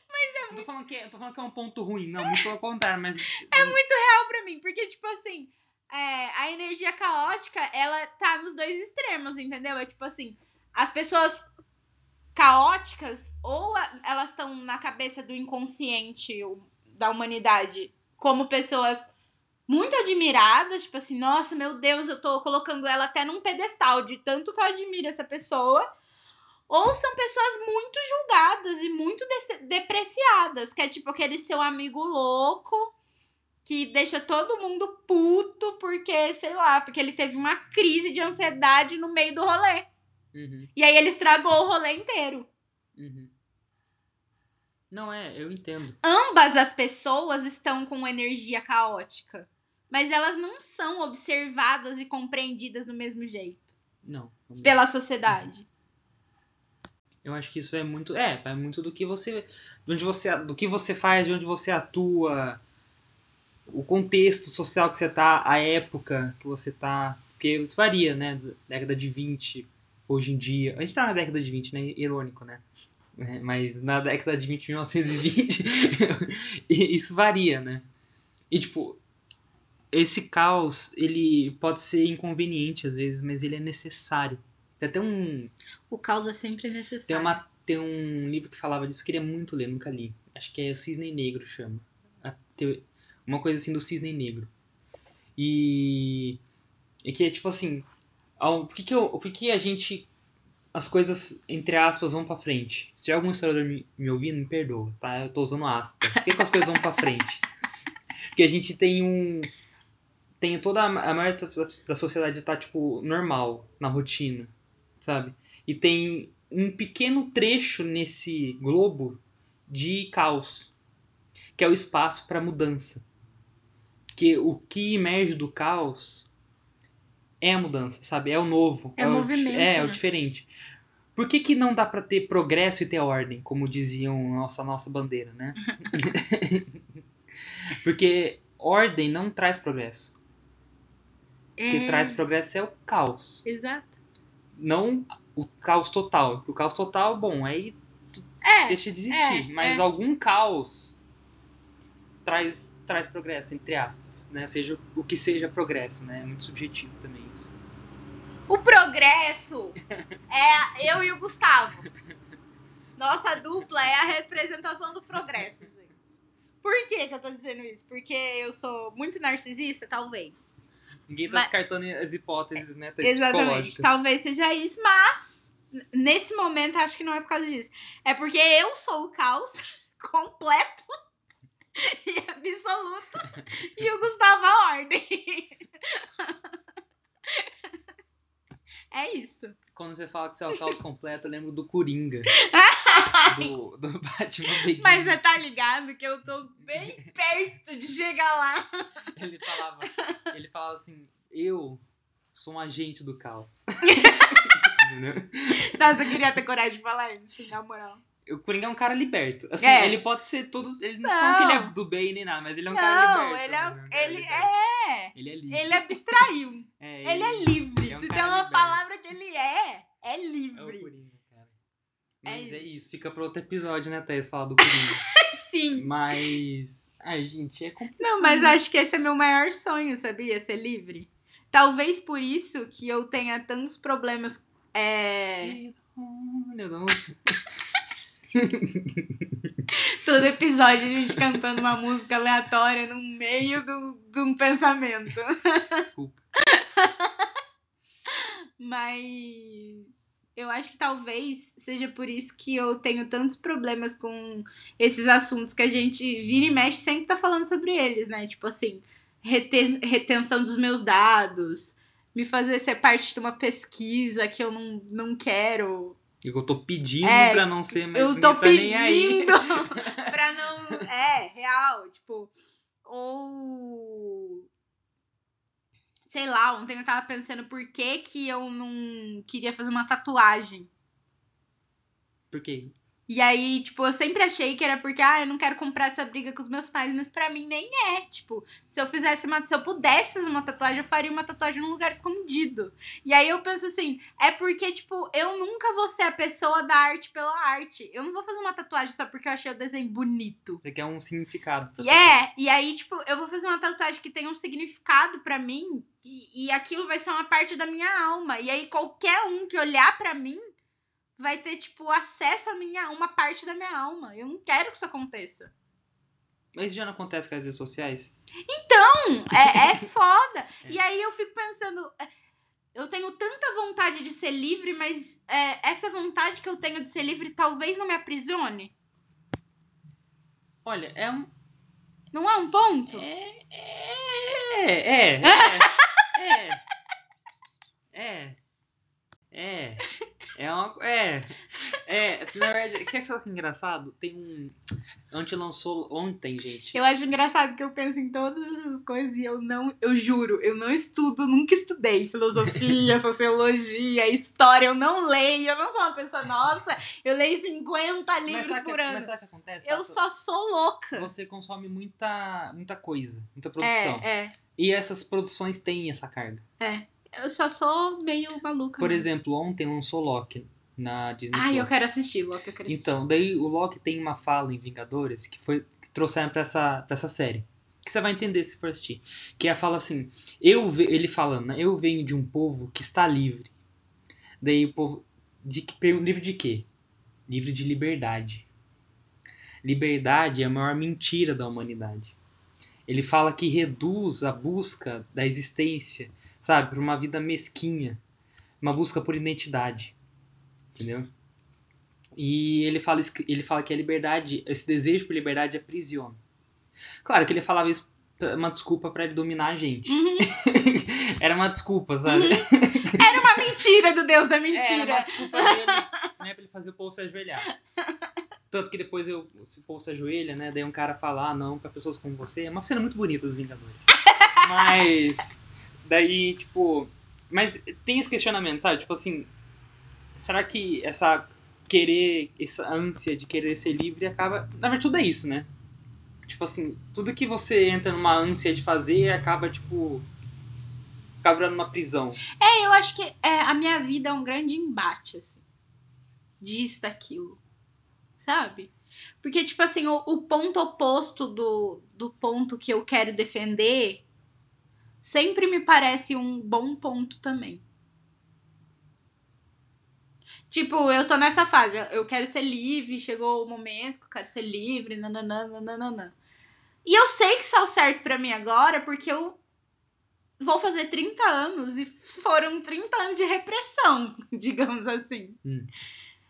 [SPEAKER 1] Mas é não tô falando, que, é- não tô falando que é um ponto ruim, não, muito pelo contrário, mas. É muito.
[SPEAKER 2] real pra mim, porque, tipo assim, é, a energia caótica, ela tá nos dois extremos, entendeu? É tipo assim, as pessoas caóticas, ou a- elas estão na cabeça do inconsciente o- da humanidade, como pessoas muito admiradas, tipo assim, nossa, meu Deus, eu tô colocando ela até num pedestal de tanto que eu admiro essa pessoa. Ou são pessoas muito julgadas e muito des- depreciadas, que é tipo aquele seu amigo louco que deixa todo mundo puto porque, sei lá, porque ele teve uma crise de ansiedade no meio do rolê.
[SPEAKER 1] Uhum,
[SPEAKER 2] E aí ele estragou o rolê inteiro.
[SPEAKER 1] uhum. Não é, eu entendo.
[SPEAKER 2] Ambas as pessoas estão com energia caótica, mas elas não são observadas e compreendidas do mesmo jeito
[SPEAKER 1] Não. não
[SPEAKER 2] pela sociedade.
[SPEAKER 1] Eu acho que isso é muito, é, vai muito do que você, de onde você, do que você faz, de onde você atua, o contexto social que você tá, a época que você tá, porque isso varia, né, da década de 20, hoje em dia. A gente tá na década de 20, né, irônico, né? É, Mas na década de 20, 1920, e isso varia, né? E tipo, esse caos, ele pode ser inconveniente às vezes, mas ele é necessário. Tem até um
[SPEAKER 2] O caos é sempre necessário.
[SPEAKER 1] tem, uma, tem um livro que falava disso, queria muito ler, nunca li. Acho que é Cisne Negro, chama. A teo- Uma coisa assim do Cisne Negro. E. É que é tipo assim. ao- Por que, que, eu- por que, que a gente as coisas, entre aspas, vão pra frente. Se algum historiador me, me ouvir, me perdoa, tá? Eu tô usando aspas. Por que, que as coisas vão pra frente? Porque a gente tem um. Tem toda a, ma- a maior da, da sociedade tá, tipo, normal, na rotina, sabe? E tem um pequeno trecho nesse globo de caos, que é o espaço pra mudança. Porque o que emerge do caos é a mudança, sabe? É o novo.
[SPEAKER 2] É o
[SPEAKER 1] dif-
[SPEAKER 2] movimento,
[SPEAKER 1] É, é o
[SPEAKER 2] né?
[SPEAKER 1] diferente. Por que, que não dá pra ter progresso e ter ordem, como diziam nossa nossa bandeira, né? Porque ordem não traz progresso. O que
[SPEAKER 2] É,
[SPEAKER 1] traz progresso é o caos.
[SPEAKER 2] Exato.
[SPEAKER 1] Não o caos total. O caos total, bom, aí
[SPEAKER 2] É,
[SPEAKER 1] deixa de existir.
[SPEAKER 2] é,
[SPEAKER 1] mas algum caos traz, traz progresso, entre aspas. Né? Seja o que seja progresso, né? É muito subjetivo também isso.
[SPEAKER 2] o progresso é eu e o Gustavo. Nossa dupla é a representação do progresso, gente. Por que, que eu tô dizendo isso? Porque eu sou muito narcisista, talvez.
[SPEAKER 1] Ninguém tá
[SPEAKER 2] Mas-
[SPEAKER 1] descartando as hipóteses, né?
[SPEAKER 2] Exatamente.
[SPEAKER 1] psicológicas.
[SPEAKER 2] Talvez seja isso, mas n- nesse momento acho que não é por causa disso. É porque eu sou o caos completo e absoluto e o Gustavo a ordem. É isso.
[SPEAKER 1] Quando você fala que você é o caos completo, eu lembro do Coringa. do, do Batman Begins.
[SPEAKER 2] Mas você tá ligado que eu tô bem perto de chegar lá.
[SPEAKER 1] Ele falava, ele falava assim, eu sou um agente do caos. Entendeu?
[SPEAKER 2] Nossa, eu queria ter coragem de falar isso, na moral.
[SPEAKER 1] o Coringa é um cara liberto. Assim,
[SPEAKER 2] É.
[SPEAKER 1] ele pode ser todos. Ele não,
[SPEAKER 2] Não.
[SPEAKER 1] fala que ele é do bem nem nada, mas ele é um cara
[SPEAKER 2] Não,
[SPEAKER 1] liberto.
[SPEAKER 2] ele é,
[SPEAKER 1] né?
[SPEAKER 2] um-
[SPEAKER 1] Um cara
[SPEAKER 2] ele
[SPEAKER 1] liberto.
[SPEAKER 2] é,
[SPEAKER 1] Ele é livre.
[SPEAKER 2] ele abstraiu.
[SPEAKER 1] É,
[SPEAKER 2] Ele é livre.
[SPEAKER 1] Ele é um
[SPEAKER 2] Se tem
[SPEAKER 1] cara
[SPEAKER 2] uma
[SPEAKER 1] liberto.
[SPEAKER 2] palavra que ele é, é
[SPEAKER 1] É o
[SPEAKER 2] livre.
[SPEAKER 1] Coringa, cara.
[SPEAKER 2] É
[SPEAKER 1] Mas é
[SPEAKER 2] isso.
[SPEAKER 1] isso. Fica pra outro episódio, né, Thaís, falar do Coringa.
[SPEAKER 2] Sim.
[SPEAKER 1] mas. Ai, gente, é complicado.
[SPEAKER 2] Não, mas acho que esse é meu maior sonho, sabia? Ser livre. Talvez por isso que eu tenha tantos problemas. É...
[SPEAKER 1] Eu não
[SPEAKER 2] Todo episódio a gente cantando uma música aleatória no meio do- de um pensamento.
[SPEAKER 1] desculpa.
[SPEAKER 2] Mas eu acho que talvez seja por isso que eu tenho tantos problemas com esses assuntos que a gente vira e mexe sempre tá falando sobre eles, né? Tipo assim, rete- retenção dos meus dados, me fazer ser parte de uma pesquisa que eu não, não quero.
[SPEAKER 1] E que eu tô pedindo
[SPEAKER 2] É,
[SPEAKER 1] pra não ser mais.
[SPEAKER 2] eu tô
[SPEAKER 1] ninguém tá nem aí.
[SPEAKER 2] pedindo pra não. É, real, tipo. Ou. Sei lá, ontem eu tava pensando por que que eu não queria fazer uma tatuagem.
[SPEAKER 1] Por quê?
[SPEAKER 2] E aí, tipo, eu sempre achei que era porque, ah, eu não quero comprar essa briga com os meus pais, mas pra mim nem é. Tipo, se eu fizesse uma. Se eu pudesse fazer uma tatuagem, eu faria uma tatuagem num lugar escondido. E aí eu penso assim, é porque, tipo, eu nunca vou ser a pessoa da arte pela arte. Eu não vou fazer uma tatuagem só porque eu achei o desenho bonito.
[SPEAKER 1] Você quer um significado. pra
[SPEAKER 2] E é, e aí, tipo, eu vou fazer uma tatuagem que tenha um significado pra mim, e, e aquilo vai ser uma parte da minha alma. E aí, qualquer um que olhar pra mim vai ter, tipo, acesso a minha, uma parte da minha alma. Eu não quero que isso aconteça.
[SPEAKER 1] Mas isso já não acontece com as redes sociais?
[SPEAKER 2] Hum, é, é foda. E aí eu fico pensando. é, Eu tenho tanta vontade de ser livre, mas é, essa vontade que eu tenho de ser livre talvez não me aprisione.
[SPEAKER 1] Olha, é um.
[SPEAKER 2] Não é um ponto?
[SPEAKER 1] É. É. É. É. É. É. É uma. É. É. Na verdade, quer que que é engraçado? Tem um. A gente lançou ontem, gente.
[SPEAKER 2] Eu acho engraçado que eu penso em todas essas coisas e eu não, eu juro, eu não estudo, nunca estudei filosofia, sociologia, história, eu não leio, eu não sou uma pessoa nossa, eu leio 50 livros
[SPEAKER 1] sabe,
[SPEAKER 2] por
[SPEAKER 1] que,
[SPEAKER 2] ano.
[SPEAKER 1] mas sabe o que acontece?
[SPEAKER 2] eu
[SPEAKER 1] Tá?
[SPEAKER 2] só sou louca.
[SPEAKER 1] Você consome muita, muita coisa, muita produção.
[SPEAKER 2] É, é.
[SPEAKER 1] E essas produções têm essa carga.
[SPEAKER 2] Eu só sou meio maluca.
[SPEAKER 1] Por
[SPEAKER 2] mesmo.
[SPEAKER 1] exemplo, ontem lançou Loki na Disney.
[SPEAKER 2] Ai, eu
[SPEAKER 1] Plus.
[SPEAKER 2] quero assistir, louca, eu quero assistir.
[SPEAKER 1] Então, daí o Loki tem uma fala em Vingadores que foi que trouxeram pra essa, pra essa série. Que você vai entender se for assistir. Que é a fala assim: eu ve- ele falando, né, eu venho de um povo que está livre. Daí o povo. De, que- per- livre de quê? Livre de liberdade. Liberdade é a maior mentira da humanidade. Ele fala que reduz a busca da existência, sabe, para uma vida mesquinha, uma busca por identidade. Entendeu? E ele fala, isso que- ele fala que a liberdade, esse desejo por liberdade aprisiona. Claro que ele falava isso pra- uma desculpa pra ele dominar a gente. Era uma desculpa, sabe?
[SPEAKER 2] Uma mentira do Deus da
[SPEAKER 1] É, Era uma
[SPEAKER 2] mentira.
[SPEAKER 1] desculpa dele, né, pra ele fazer o povo se ajoelhar. Tanto que depois eu, se o povo se ajoelha, né, daí um cara fala, ah, não, pra pessoas como você. É uma cena muito bonita dos Vingadores. Mas, daí, tipo... Mas tem esse questionamento, sabe? Tipo assim, será que essa querer, essa ânsia de querer ser livre acaba... Na verdade, tudo é isso, né? Tipo assim, tudo que você entra numa ânsia de fazer acaba, tipo... Acaba virando uma prisão.
[SPEAKER 2] É, eu acho que é, a minha vida é um grande embate, assim. Disso, daquilo. Sabe? Porque, tipo assim, o, o ponto oposto do, do ponto que eu quero defender sempre me parece um bom ponto também. Tipo, eu tô nessa fase, eu quero ser livre, chegou o momento que eu quero ser livre, nananã, nananã. E eu sei que isso é o certo pra mim agora, porque eu vou fazer 30 anos e foram 30 anos de repressão, digamos assim.
[SPEAKER 1] Hum.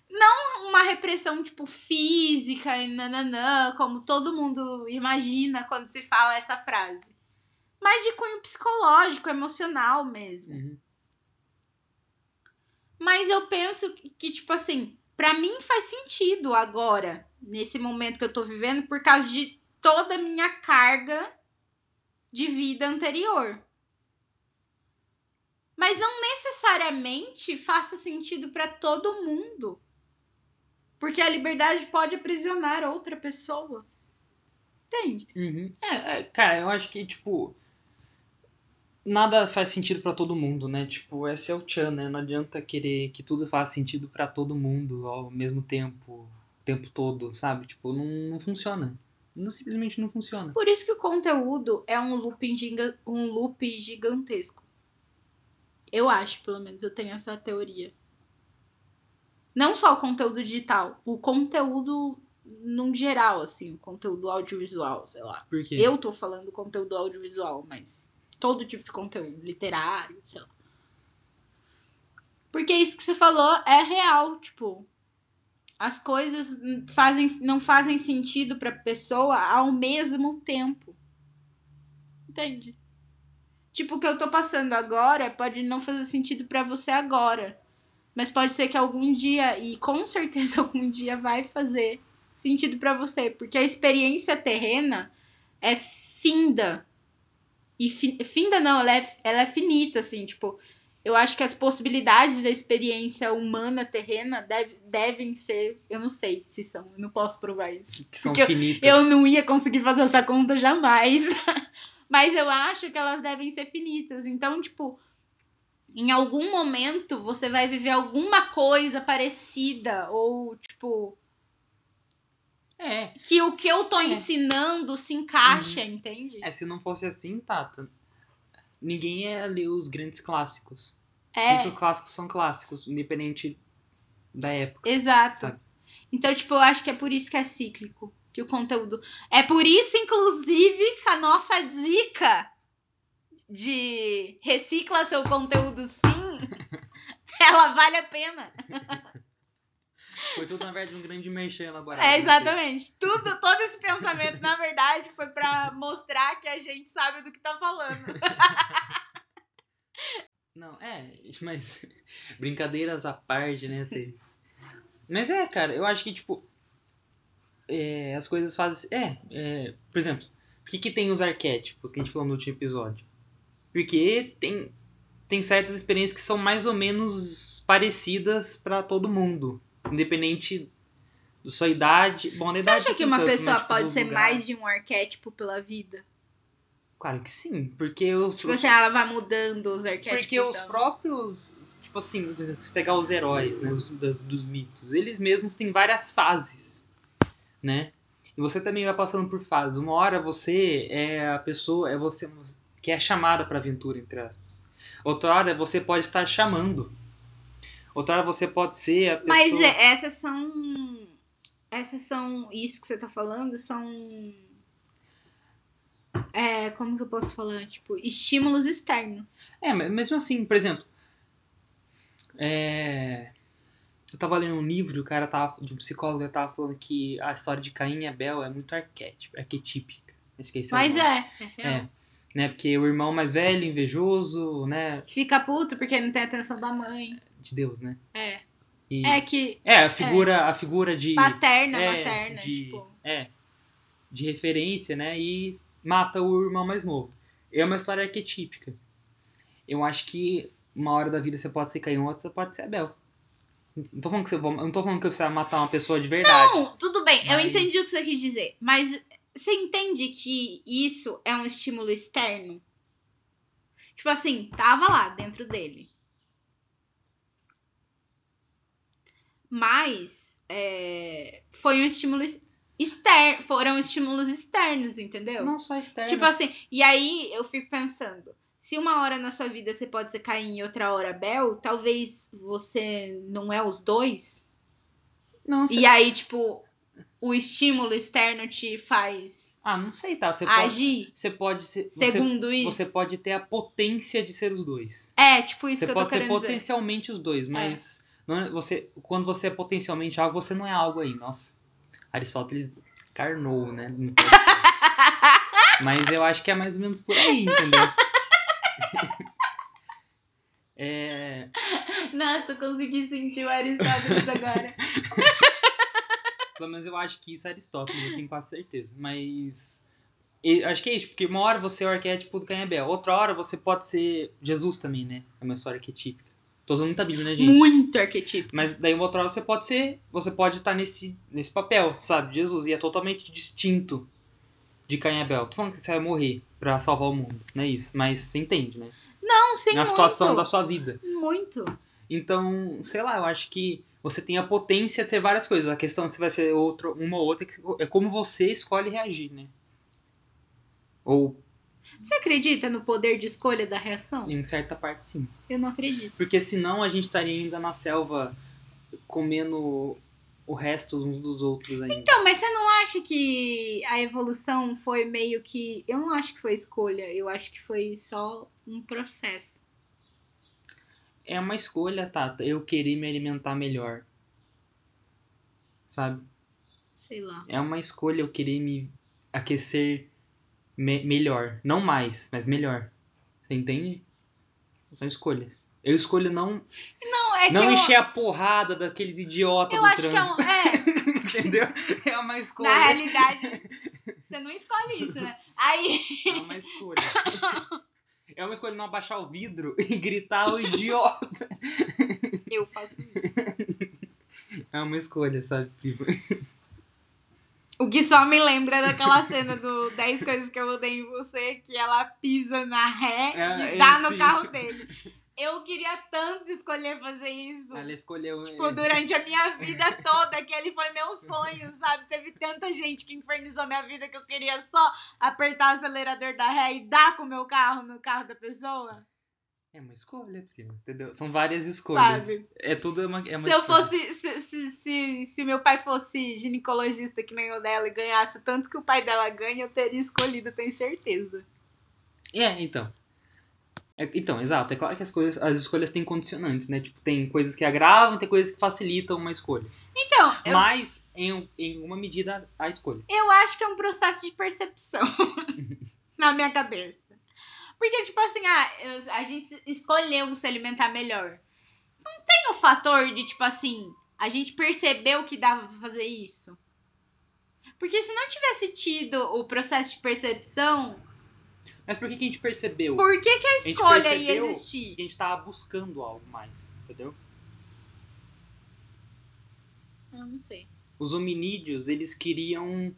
[SPEAKER 2] Não uma repressão, tipo, física e nananã, como todo mundo imagina quando se fala essa frase. Mas de cunho psicológico, emocional mesmo. Mas eu penso que, tipo assim, pra mim faz sentido agora, nesse momento que eu tô vivendo, por causa de toda a minha carga de vida anterior. Mas não necessariamente faça sentido pra todo mundo. Porque a liberdade pode aprisionar outra pessoa. Entende?
[SPEAKER 1] Uhum. É, é, cara, eu acho que, tipo. Nada faz sentido pra todo mundo, né? Tipo, esse é o Tchan, né? Não adianta querer que tudo faça sentido pra todo mundo ao mesmo tempo, o tempo todo, sabe? Tipo, não, não funciona. Não, simplesmente não funciona.
[SPEAKER 2] Por isso que o conteúdo é um looping giga- um loop gigantesco. Eu acho, pelo menos, eu tenho essa teoria. Não só o conteúdo digital, o conteúdo num geral, assim, o conteúdo audiovisual, sei lá.
[SPEAKER 1] Por quê?
[SPEAKER 2] Eu tô falando conteúdo audiovisual, mas todo tipo de conteúdo, literário, sei lá. Porque isso que você falou é real, tipo, as coisas n- fazem, não fazem sentido pra pessoa ao mesmo tempo. Entende? Tipo, o que eu tô passando agora pode não fazer sentido pra você agora. Mas pode ser que algum dia, e com certeza algum dia vai fazer sentido pra você. Porque a experiência terrena é finda. E fi- finda não, ela é, ela é finita, assim, tipo, eu acho que as possibilidades da experiência humana terrena deve, devem ser, eu não sei se são, eu não posso provar isso.
[SPEAKER 1] que são
[SPEAKER 2] porque eu-
[SPEAKER 1] finitas.
[SPEAKER 2] Eu não ia conseguir fazer essa conta jamais. Mas eu acho que elas devem ser finitas. Então, tipo, em algum momento você vai viver alguma coisa parecida ou tipo,
[SPEAKER 1] É.
[SPEAKER 2] que o que eu tô
[SPEAKER 1] É.
[SPEAKER 2] ensinando se encaixa, entende?
[SPEAKER 1] é. Se não fosse assim, Tata, ninguém ia ler os grandes clássicos.
[SPEAKER 2] É.
[SPEAKER 1] Isso, os clássicos são clássicos, independente da época.
[SPEAKER 2] Exato.
[SPEAKER 1] Sabe?
[SPEAKER 2] Então, tipo, eu acho que é por isso que é cíclico. Que o conteúdo. É por isso, inclusive, que a nossa dica de recicla seu conteúdo sim, ela vale a pena.
[SPEAKER 1] Foi tudo, na verdade, um grande merchan elaborado.
[SPEAKER 2] É,
[SPEAKER 1] né?
[SPEAKER 2] exatamente. Tudo, todo esse pensamento, na verdade, foi pra mostrar que a gente sabe do que tá falando.
[SPEAKER 1] Não, é, mas brincadeiras à parte, né, Tê? Mas é, cara, eu acho que, tipo, é, as coisas fazem. É, é, por exemplo, por que, que tem os arquétipos que a gente falou no último episódio? Porque tem, tem certas experiências que são mais ou menos parecidas pra todo mundo, independente da sua idade. Bom, na
[SPEAKER 2] Você
[SPEAKER 1] idade
[SPEAKER 2] acha que
[SPEAKER 1] tem
[SPEAKER 2] uma
[SPEAKER 1] tanto, né,
[SPEAKER 2] pessoa
[SPEAKER 1] tipo, do
[SPEAKER 2] pode ser
[SPEAKER 1] lugar.
[SPEAKER 2] mais de um arquétipo pela vida?
[SPEAKER 1] Claro que sim, porque eu.
[SPEAKER 2] Tipo assim, ela vai mudando os arquétipos.
[SPEAKER 1] Porque os
[SPEAKER 2] dela.
[SPEAKER 1] próprios, tipo assim, se pegar os heróis, né, os- das- dos mitos, eles mesmos têm várias fases, né? E você também vai passando por fases. Uma hora você é a pessoa, é você que é chamada para aventura, entre aspas. Outra hora você pode estar chamando. Outra hora você pode ser a pessoa...
[SPEAKER 2] Mas é- essas são. Essas são. Isso que você tá falando são. É, como que eu posso falar? Tipo, estímulos externos.
[SPEAKER 1] É, mas mesmo assim, por exemplo. É. Eu tava lendo um livro, o cara tava, de um psicólogo, ele tava falando que a história de Caim e Abel é muito arquétipo, arquetípica. Esqueci o
[SPEAKER 2] Mas
[SPEAKER 1] nome.
[SPEAKER 2] é. é.
[SPEAKER 1] É. Né? Porque o irmão mais velho, invejoso, né?
[SPEAKER 2] Fica puto porque não tem atenção da mãe.
[SPEAKER 1] De Deus, né?
[SPEAKER 2] É.
[SPEAKER 1] E-
[SPEAKER 2] É que
[SPEAKER 1] é, a figura, a figura de.
[SPEAKER 2] paterna,
[SPEAKER 1] é,
[SPEAKER 2] materna,
[SPEAKER 1] de-
[SPEAKER 2] tipo.
[SPEAKER 1] É. De referência, né? E mata o irmão mais novo. É uma história arquetípica. Eu acho que uma hora da vida você pode ser Caim, outra você pode ser Abel. Não tô falando que você, va- não tô falando que você vai matar uma pessoa de verdade.
[SPEAKER 2] Não, tudo bem, eu
[SPEAKER 1] Mas-
[SPEAKER 2] entendi o que você quis dizer. Mas você entende que isso é um estímulo externo? Tipo assim, tava lá dentro dele. Mas é, foi um estímulo ex- externo. Foram estímulos externos, entendeu?
[SPEAKER 1] Não é. só externo.
[SPEAKER 2] Tipo assim, e aí eu fico pensando, se uma hora na sua vida você pode ser Caim e outra hora Bel, talvez você não é os dois.
[SPEAKER 1] não, você-
[SPEAKER 2] E aí, tipo, o estímulo externo te faz
[SPEAKER 1] Ah, não sei, tá? Você pode,
[SPEAKER 2] agir
[SPEAKER 1] você pode ser. você-
[SPEAKER 2] segundo isso.
[SPEAKER 1] Você pode ter a potência de ser os dois.
[SPEAKER 2] É, tipo isso
[SPEAKER 1] Você
[SPEAKER 2] que eu tô
[SPEAKER 1] pode ser
[SPEAKER 2] querendo dizer.
[SPEAKER 1] potencialmente os dois, mas não é- você, quando você é potencialmente algo, você não é algo aí. Nossa, Aristóteles carnou, né? mas eu acho que é mais ou menos por aí, entendeu? É,
[SPEAKER 2] Nossa, eu consegui sentir o Aristóteles agora.
[SPEAKER 1] pelo menos eu acho que isso é Aristóteles, eu tenho quase certeza. Mas e- acho que é isso, porque uma hora você é o arquétipo do Caim e Abel, outra hora você pode ser Jesus também, né? É uma história arquetípica. Tô usando muita Bíblia, né, gente?
[SPEAKER 2] Muito arquetípico.
[SPEAKER 1] Mas daí uma outra hora você pode ser. Você pode estar nesse, nesse papel, sabe? Jesus. E é totalmente distinto de Caim e Abel. Tô falando que você vai morrer pra salvar o mundo. Não é isso. Mas você entende, né?
[SPEAKER 2] Não, sim,
[SPEAKER 1] Na
[SPEAKER 2] muito.
[SPEAKER 1] situação da sua vida.
[SPEAKER 2] Muito.
[SPEAKER 1] Então, sei lá, eu acho que você tem a potência de ser várias coisas. A questão é se vai ser outro, uma ou outra. que- É como você escolhe reagir, né? Ou
[SPEAKER 2] Você acredita no poder de escolha da reação?
[SPEAKER 1] em certa parte sim.
[SPEAKER 2] Eu não acredito.
[SPEAKER 1] Porque senão a gente estaria ainda na selva comendo o resto uns dos outros ainda.
[SPEAKER 2] Então, mas você não acha que a evolução foi meio que. Eu não acho que foi escolha, eu acho que foi só um processo.
[SPEAKER 1] É uma escolha, Tata, eu querer me alimentar melhor. Sabe?
[SPEAKER 2] Sei lá.
[SPEAKER 1] É uma escolha eu querer me aquecer me- melhor. Não mais, mas melhor. Você entende? São escolhas. Eu escolho não,
[SPEAKER 2] Não, é que
[SPEAKER 1] não
[SPEAKER 2] eu,
[SPEAKER 1] encher a porrada daqueles idiotas
[SPEAKER 2] eu
[SPEAKER 1] do
[SPEAKER 2] acho que é
[SPEAKER 1] trânsito.
[SPEAKER 2] um. Né? É,
[SPEAKER 1] Entendeu? É uma escolha.
[SPEAKER 2] na realidade, você não escolhe isso, né? Aí.
[SPEAKER 1] É uma escolha. É uma escolha não abaixar o vidro e gritar o idiota.
[SPEAKER 2] Eu faço isso.
[SPEAKER 1] É uma escolha, sabe? Tipo,
[SPEAKER 2] O que só me lembra daquela cena do 10 coisas que eu odeio em você, que ela pisa na ré
[SPEAKER 1] É,
[SPEAKER 2] e dá
[SPEAKER 1] é,
[SPEAKER 2] no
[SPEAKER 1] sim.
[SPEAKER 2] carro dele. Eu queria tanto escolher fazer isso.
[SPEAKER 1] Ela escolheu.
[SPEAKER 2] Tipo, durante a minha vida toda, que ele foi meu sonho, sabe? Teve tanta gente que infernizou minha vida que eu queria só apertar o acelerador da ré e dar com o meu carro no carro da pessoa.
[SPEAKER 1] É uma escolha, prima, entendeu? São várias escolhas.
[SPEAKER 2] Sabe?
[SPEAKER 1] É tudo uma, é uma
[SPEAKER 2] se eu
[SPEAKER 1] escolha.
[SPEAKER 2] fosse. Se, se, se, se meu pai fosse ginecologista que nem o dela e ganhasse o tanto que o pai dela ganha, eu teria escolhido, eu tenho certeza.
[SPEAKER 1] É, então. É, então, exato. É claro que as, coisas, as escolhas têm condicionantes, né? Tipo, tem coisas que agravam, tem coisas que facilitam uma escolha.
[SPEAKER 2] Então, eu,
[SPEAKER 1] Mas, em, em uma medida, a escolha.
[SPEAKER 2] eu acho que é um processo de percepção na minha cabeça. Porque, tipo assim, ah, eu- a gente escolheu se alimentar melhor. tem o fator de, tipo assim, a gente percebeu que dava pra fazer isso? Porque se não tivesse tido o processo de percepção,
[SPEAKER 1] Mas por que, que a gente percebeu? Porque
[SPEAKER 2] por que, que a
[SPEAKER 1] gente
[SPEAKER 2] escolha ia
[SPEAKER 1] percebeu
[SPEAKER 2] existir?
[SPEAKER 1] a gente tava buscando algo mais, entendeu?
[SPEAKER 2] Eu não sei.
[SPEAKER 1] Os hominídeos, eles queriam.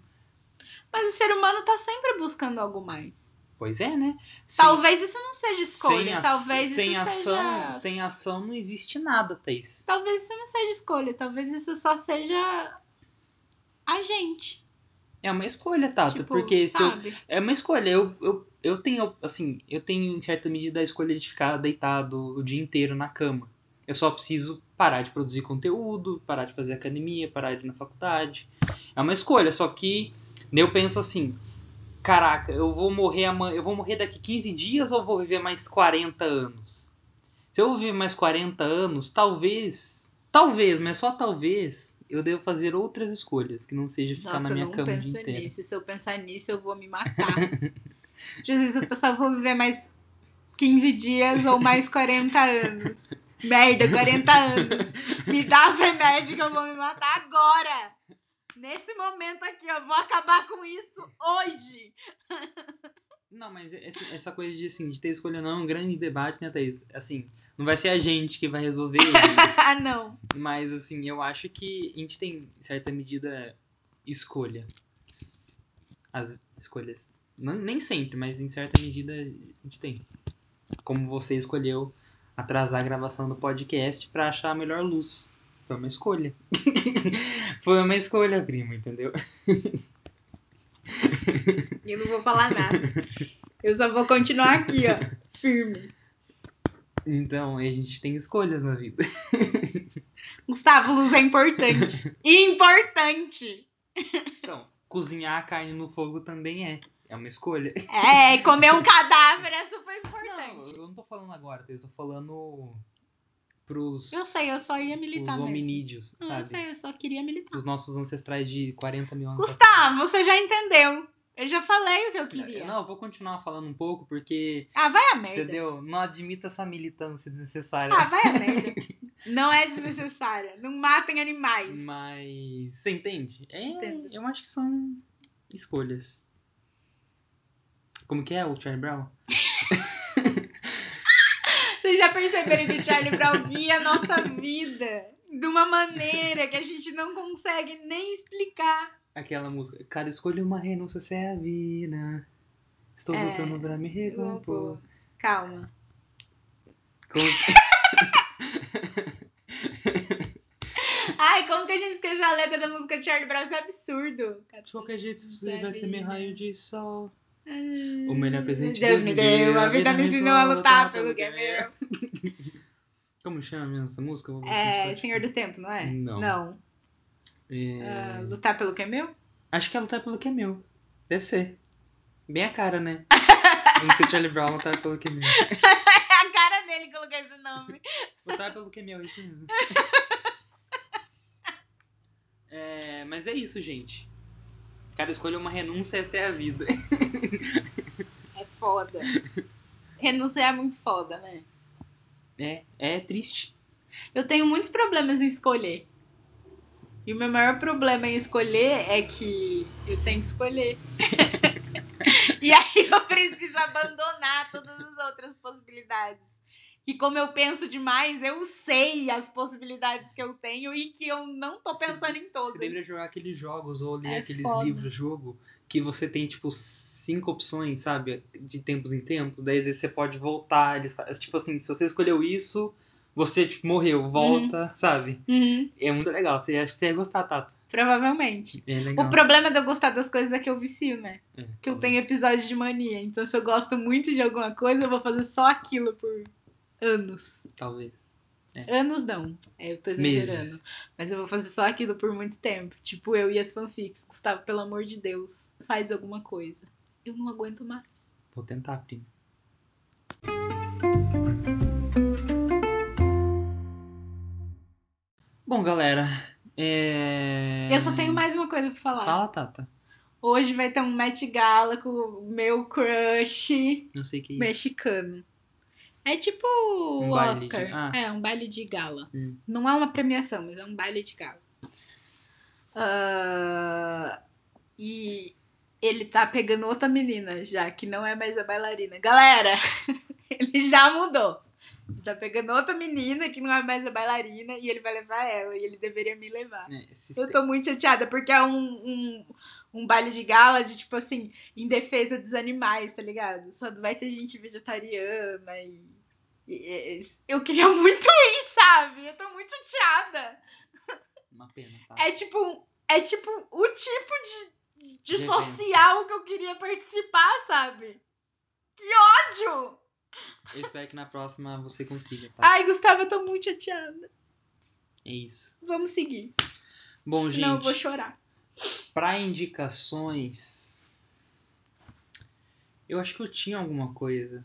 [SPEAKER 2] Mas o ser humano tá sempre buscando algo mais.
[SPEAKER 1] Pois é, né? Sem-
[SPEAKER 2] Talvez isso não seja escolha.
[SPEAKER 1] a-
[SPEAKER 2] talvez
[SPEAKER 1] sem
[SPEAKER 2] isso
[SPEAKER 1] ação,
[SPEAKER 2] seja.
[SPEAKER 1] Sem ação não existe nada, Thaís.
[SPEAKER 2] Talvez isso não seja escolha. Talvez isso só seja a gente.
[SPEAKER 1] É uma escolha, Tata.
[SPEAKER 2] tipo,
[SPEAKER 1] porque se eu
[SPEAKER 2] sabe?
[SPEAKER 1] É uma escolha. Eu, eu, eu tenho, assim, eu tenho em certa medida a escolha de ficar deitado o dia inteiro na cama. Eu só preciso parar de produzir conteúdo, parar de fazer academia, parar de ir na faculdade. É uma escolha, só que eu penso assim, caraca, eu vou morrer amanhã, eu vou morrer daqui 15 dias ou eu vou viver mais 40 anos? Se eu viver mais 40 anos, talvez Talvez, mas só talvez, eu devo fazer outras escolhas que não seja ficar
[SPEAKER 2] Nossa,
[SPEAKER 1] na minha
[SPEAKER 2] eu não
[SPEAKER 1] cama o dia
[SPEAKER 2] penso
[SPEAKER 1] inteiro.
[SPEAKER 2] nisso. Se eu pensar nisso, eu vou me matar. Jesus, eu pensava, vou viver mais 15 dias ou mais 40 anos. Merda, 40 anos. Me dá os remédios que eu vou me matar agora. Nesse momento aqui, eu vou acabar com isso hoje.
[SPEAKER 1] Não, mas esse- essa coisa de, assim, de ter escolha ou não é um grande debate, né, Thaís? Assim, não vai ser a gente que vai resolver isso,
[SPEAKER 2] ah, não.
[SPEAKER 1] mas, assim, eu acho que a gente tem, em certa medida, escolha. As escolhas. Não- nem sempre, mas em certa medida a gente tem. Como você escolheu atrasar a gravação do podcast pra achar a melhor luz. Foi uma escolha. Foi uma escolha, primo, entendeu?
[SPEAKER 2] Eu não vou falar nada. Eu só vou continuar aqui, ó. Firme.
[SPEAKER 1] Então, a gente tem escolhas na vida.
[SPEAKER 2] Gustavo, luz é importante. Importante!
[SPEAKER 1] Então, cozinhar a carne no fogo também é. É uma escolha.
[SPEAKER 2] É, comer um cadáver é super
[SPEAKER 1] Não,
[SPEAKER 2] importante.
[SPEAKER 1] eu não tô falando agora, Thaís, eu tô falando pros,
[SPEAKER 2] eu sei, eu só ia militar
[SPEAKER 1] pros
[SPEAKER 2] mesmo.
[SPEAKER 1] hominídeos,
[SPEAKER 2] Não, eu
[SPEAKER 1] sabe?
[SPEAKER 2] sei, eu só queria militar.
[SPEAKER 1] Pros nossos ancestrais de 40 mil anos.
[SPEAKER 2] Gustavo, você já entendeu. Eu já falei o que eu
[SPEAKER 1] atrás. É,
[SPEAKER 2] queria.
[SPEAKER 1] Não, eu vou continuar falando um pouco, porque,
[SPEAKER 2] Ah, vai a merda.
[SPEAKER 1] entendeu? Não admita essa militância desnecessária.
[SPEAKER 2] Ah, vai a merda. Não é desnecessária. Não matem animais.
[SPEAKER 1] Mas, você entende? É,
[SPEAKER 2] Entendo.
[SPEAKER 1] eu acho que são escolhas. Como que é o Charlie Brown?
[SPEAKER 2] Vocês já perceberam que o Charlie Brown guia a nossa vida de uma maneira que a gente não consegue nem explicar.
[SPEAKER 1] Aquela música. Cara, escolha uma renúncia, você é a vida. Estou
[SPEAKER 2] É,
[SPEAKER 1] lutando pra me
[SPEAKER 2] Vamos
[SPEAKER 1] recompor.
[SPEAKER 2] pôr. Calma.
[SPEAKER 1] Como-
[SPEAKER 2] Ai, como que a gente esqueceu a letra da música do Charlie Brown? Isso é absurdo.
[SPEAKER 1] De qualquer jeito, isso
[SPEAKER 2] Você é
[SPEAKER 1] vai ser meu
[SPEAKER 2] vida.
[SPEAKER 1] raio de sol. O melhor presente
[SPEAKER 2] Deus me deu, a vida me ensinou a lutar pelo que é meu.
[SPEAKER 1] Como chama mesmo essa música? Eu vou-
[SPEAKER 2] É,
[SPEAKER 1] eu vou-
[SPEAKER 2] Senhor do Tempo, não é?
[SPEAKER 1] Não.
[SPEAKER 2] Não.
[SPEAKER 1] Então. É,
[SPEAKER 2] Ah, lutar pelo que é meu?
[SPEAKER 1] Acho que é lutar pelo que é meu. Deve ser. Bem a cara, né? Música de Charlie Brown, lutar pelo que é meu.
[SPEAKER 2] É a cara dele que colocou esse nome.
[SPEAKER 1] Lutar pelo que é meu, é isso mesmo. É, mas é isso, gente. Cada escolha é uma renúncia, essa é a vida.
[SPEAKER 2] É foda. Renunciar é muito foda, né?
[SPEAKER 1] É, é triste.
[SPEAKER 2] Eu tenho muitos problemas em escolher. E o meu maior problema em escolher é que eu tenho que escolher. e aí eu preciso abandonar todas as outras possibilidades. E como eu penso demais, eu sei as possibilidades que eu tenho e que eu não tô pensando em todas.
[SPEAKER 1] Você deveria jogar aqueles jogos ou ler
[SPEAKER 2] É
[SPEAKER 1] aqueles
[SPEAKER 2] foda.
[SPEAKER 1] livros jogo que você tem, tipo, cinco opções, sabe? De tempos em tempos. Daí às vezes você pode voltar. Eles fa- Tipo assim, se você escolheu isso, você tipo, morreu, volta, sabe?
[SPEAKER 2] Uhum,
[SPEAKER 1] É muito legal. Você acha que você ia gostar, Tata.
[SPEAKER 2] provavelmente.
[SPEAKER 1] É legal.
[SPEAKER 2] O problema de eu gostar das coisas é que eu vicio, né?
[SPEAKER 1] É,
[SPEAKER 2] Que eu
[SPEAKER 1] talvez.
[SPEAKER 2] tenho episódio de mania. Então, se eu gosto muito de alguma coisa, eu vou fazer só aquilo por anos.
[SPEAKER 1] Talvez.
[SPEAKER 2] Anos não. É, eu tô exagerando.
[SPEAKER 1] Meses.
[SPEAKER 2] Mas eu vou fazer só aquilo por muito tempo. Tipo, eu e as fanfics. Gustavo, pelo amor de Deus, faz alguma coisa. Eu não aguento mais.
[SPEAKER 1] Vou tentar, primo. Bom, galera. é-
[SPEAKER 2] Eu só tenho mais uma coisa pra falar.
[SPEAKER 1] Fala, Tata.
[SPEAKER 2] Hoje vai ter um Met Gala com o meu crush
[SPEAKER 1] Não sei o que é isso.
[SPEAKER 2] mexicano. É tipo
[SPEAKER 1] Um
[SPEAKER 2] o
[SPEAKER 1] baile de-
[SPEAKER 2] Oscar.
[SPEAKER 1] ah.
[SPEAKER 2] É, um baile de gala.
[SPEAKER 1] Hum.
[SPEAKER 2] Não é uma premiação, mas é um baile de gala. Ah, e ele tá pegando outra menina já, que não é mais a bailarina. Galera, ele já mudou. Ele tá pegando outra menina que não é mais a bailarina e ele vai levar ela. E ele deveria me levar.
[SPEAKER 1] É, esses
[SPEAKER 2] Eu tô muito chateada, porque é um, um, um baile de gala de, tipo assim, em defesa dos animais, tá ligado? Só vai ter gente vegetariana e. e- e- Eu queria muito ir, sabe? Eu tô muito chateada.
[SPEAKER 1] Uma pena, tá?
[SPEAKER 2] É tipo. É tipo o tipo de, de
[SPEAKER 1] De
[SPEAKER 2] social que eu queria participar, sabe? Que ódio! É.
[SPEAKER 1] Eu espero que na próxima você consiga, tá?
[SPEAKER 2] Ai, Gustavo, eu tô muito chateada.
[SPEAKER 1] É isso.
[SPEAKER 2] Vamos seguir.
[SPEAKER 1] Bom,
[SPEAKER 2] senão eu
[SPEAKER 1] gente,
[SPEAKER 2] vou chorar.
[SPEAKER 1] pra indicações. Eu acho que eu tinha alguma coisa.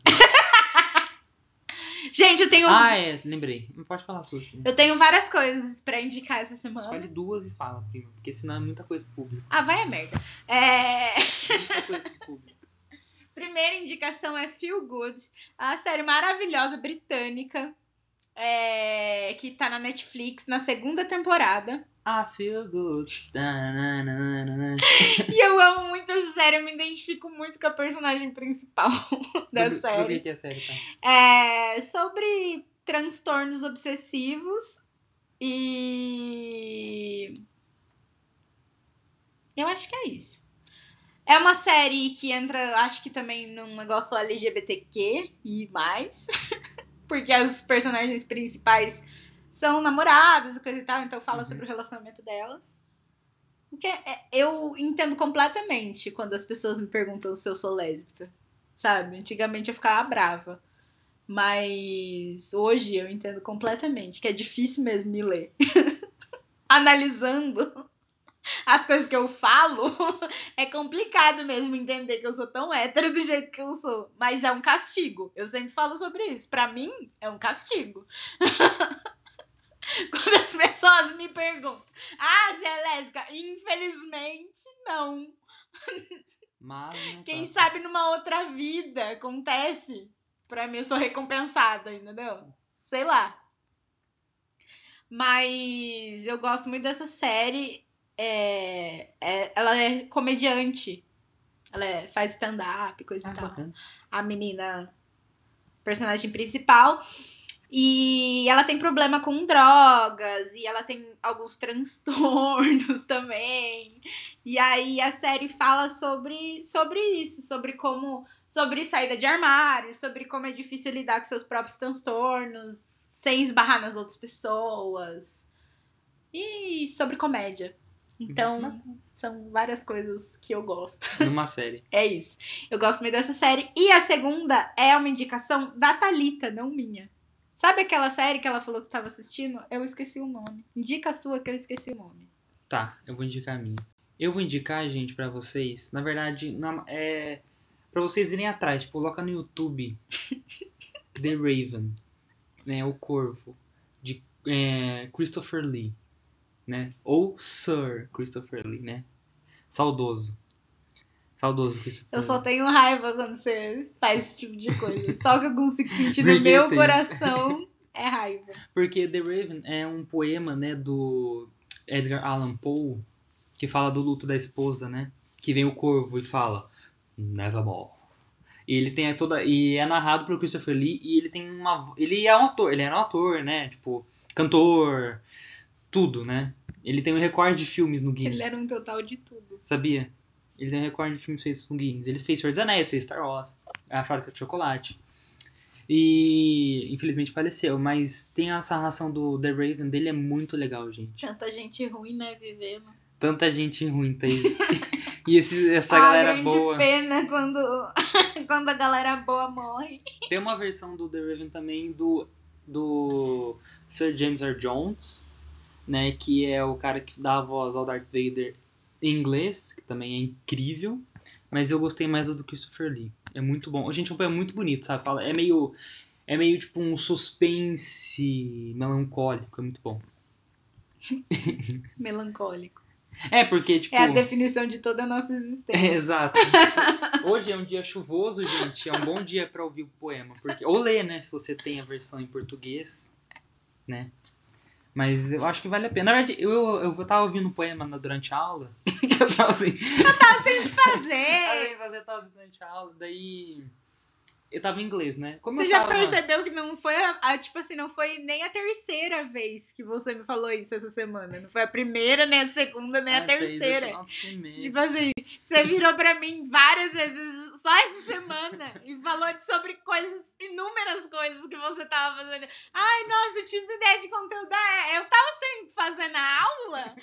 [SPEAKER 2] Gente, eu tenho.
[SPEAKER 1] Ah, é, lembrei. Não pode falar suas. prima.
[SPEAKER 2] Eu tenho várias coisas pra indicar essa
[SPEAKER 1] Escolhe
[SPEAKER 2] semana.
[SPEAKER 1] duas e fala, prima. Porque senão é muita coisa pública.
[SPEAKER 2] Ah, vai a merda. É.
[SPEAKER 1] Muita coisa pública.
[SPEAKER 2] Primeira indicação é Feel Good, a série maravilhosa britânica é, que tá na Netflix na segunda temporada.
[SPEAKER 1] I feel good. Tananana.
[SPEAKER 2] E eu amo muito essa série, eu me identifico muito com a personagem principal da
[SPEAKER 1] Sobre- Sobre
[SPEAKER 2] série.
[SPEAKER 1] o que é a série, tá?
[SPEAKER 2] É sobre transtornos obsessivos e. Eu acho que é isso. É uma série que entra, acho que também num negócio LGBTQ e mais. Porque as personagens principais são namoradas e coisa e tal, então fala
[SPEAKER 1] Uhum.
[SPEAKER 2] sobre o relacionamento delas. O que é- é- eu entendo completamente quando as pessoas me perguntam se eu sou lésbica, sabe? Antigamente eu ficava brava. Mas hoje eu entendo completamente que é difícil mesmo me ler. Analisando as coisas que eu falo, é complicado mesmo entender que eu sou tão hétero do jeito que eu sou. Mas é um castigo. Eu sempre falo sobre isso. Pra mim, é um castigo. Quando as pessoas me perguntam, ah, você é lésbica? Infelizmente, não.
[SPEAKER 1] Mas. não
[SPEAKER 2] Quem
[SPEAKER 1] tá.
[SPEAKER 2] sabe numa outra vida acontece. Pra mim, eu sou recompensada, entendeu? Sei lá. Mas eu gosto muito dessa série. É, é- ela é comediante. Ela é- faz stand-up, coisa
[SPEAKER 1] Ah,
[SPEAKER 2] e tal
[SPEAKER 1] bacana.
[SPEAKER 2] a menina personagem principal. E ela tem problema com drogas, e ela tem alguns transtornos também. E aí a série fala sobre, sobre isso, sobre como. sobre saída de armário, sobre como é difícil lidar com seus próprios transtornos, sem esbarrar nas outras pessoas. E sobre comédia. Então, são várias coisas que eu gosto.
[SPEAKER 1] Numa série.
[SPEAKER 2] É isso. Eu gosto muito dessa série. E a segunda é uma indicação da Thalita, não minha. Sabe aquela série que ela falou que tava assistindo? Eu esqueci o nome. Indica a sua que eu esqueci o nome.
[SPEAKER 1] Tá, eu vou indicar a minha. Eu vou indicar, gente, pra vocês. Na verdade, na- é. Pra vocês irem atrás, tipo, coloca no YouTube The Raven, né? O Corvo, de é, Christopher Lee, né? Ou Sir Christopher Lee, né? Saudoso. Saudoso, Christopher
[SPEAKER 2] Eu só
[SPEAKER 1] Lee.
[SPEAKER 2] tenho raiva quando você faz esse tipo de coisa. Só que eu consigo sentir no
[SPEAKER 1] Porque
[SPEAKER 2] meu
[SPEAKER 1] tem.
[SPEAKER 2] coração é raiva.
[SPEAKER 1] Porque The Raven é um poema, né, do Edgar Allan Poe, que fala do luto da esposa, né? Que vem o corvo e fala, Nevermore. E ele tem toda. E é narrado pelo Christopher Lee e ele tem uma. Ele é um ator, ele era um ator, né? Tipo, cantor, tudo, né? Ele tem um recorde de filmes no Guinness.
[SPEAKER 2] Ele era um total de tudo.
[SPEAKER 1] Sabia? Ele tem um recorde de filmes feitos com Guinness. Ele fez Senhor dos Anéis, fez Star Wars, A Fábrica de Chocolate. E infelizmente faleceu, mas tem essa narração do The Raven dele é muito legal, gente.
[SPEAKER 2] Tanta gente ruim, né, vivendo.
[SPEAKER 1] Tanta gente ruim, tá aí. E esse- essa
[SPEAKER 2] Ah,
[SPEAKER 1] galera
[SPEAKER 2] grande
[SPEAKER 1] boa.
[SPEAKER 2] pena quando, quando a galera boa morre.
[SPEAKER 1] Tem uma versão do The Raven também do, do Sir James R. Jones, né? Que é o cara que dá a voz ao Darth Vader em inglês, que também é incrível. Mas eu gostei mais do do Christopher Lee. É muito bom. Gente, é um filme muito bonito, sabe? Fala, é meio. É meio tipo um suspense melancólico, é muito bom.
[SPEAKER 2] Melancólico.
[SPEAKER 1] É, porque, tipo.
[SPEAKER 2] É a definição de toda a nossa existência.
[SPEAKER 1] É, exato. Hoje é um dia chuvoso, gente. É um bom dia pra ouvir o poema. Porque, ou ler, né? Se você tem a versão em português, né? Mas eu acho que vale a pena. Na verdade, eu, eu, eu tava ouvindo o poema na- durante a aula. que eu tava assim. "Ah,
[SPEAKER 2] Fazer!
[SPEAKER 1] Aí você tava durante a aula, daí. Eu tava em inglês, né? Como
[SPEAKER 2] Você
[SPEAKER 1] eu
[SPEAKER 2] já
[SPEAKER 1] tava-
[SPEAKER 2] percebeu que não foi a, a- tipo assim, não foi nem a terceira vez que você me falou isso essa semana. Não foi a primeira, nem a segunda, nem né, a
[SPEAKER 1] Ah, Thaís, é
[SPEAKER 2] terceira.
[SPEAKER 1] final de semestre.
[SPEAKER 2] Tipo assim, você virou pra mim várias vezes só essa semana e falou de- sobre coisas, inúmeras coisas que você tava fazendo. Ai, nossa, eu tive ideia de conteúdo. Ah, Eu tava sempre fazendo a aula.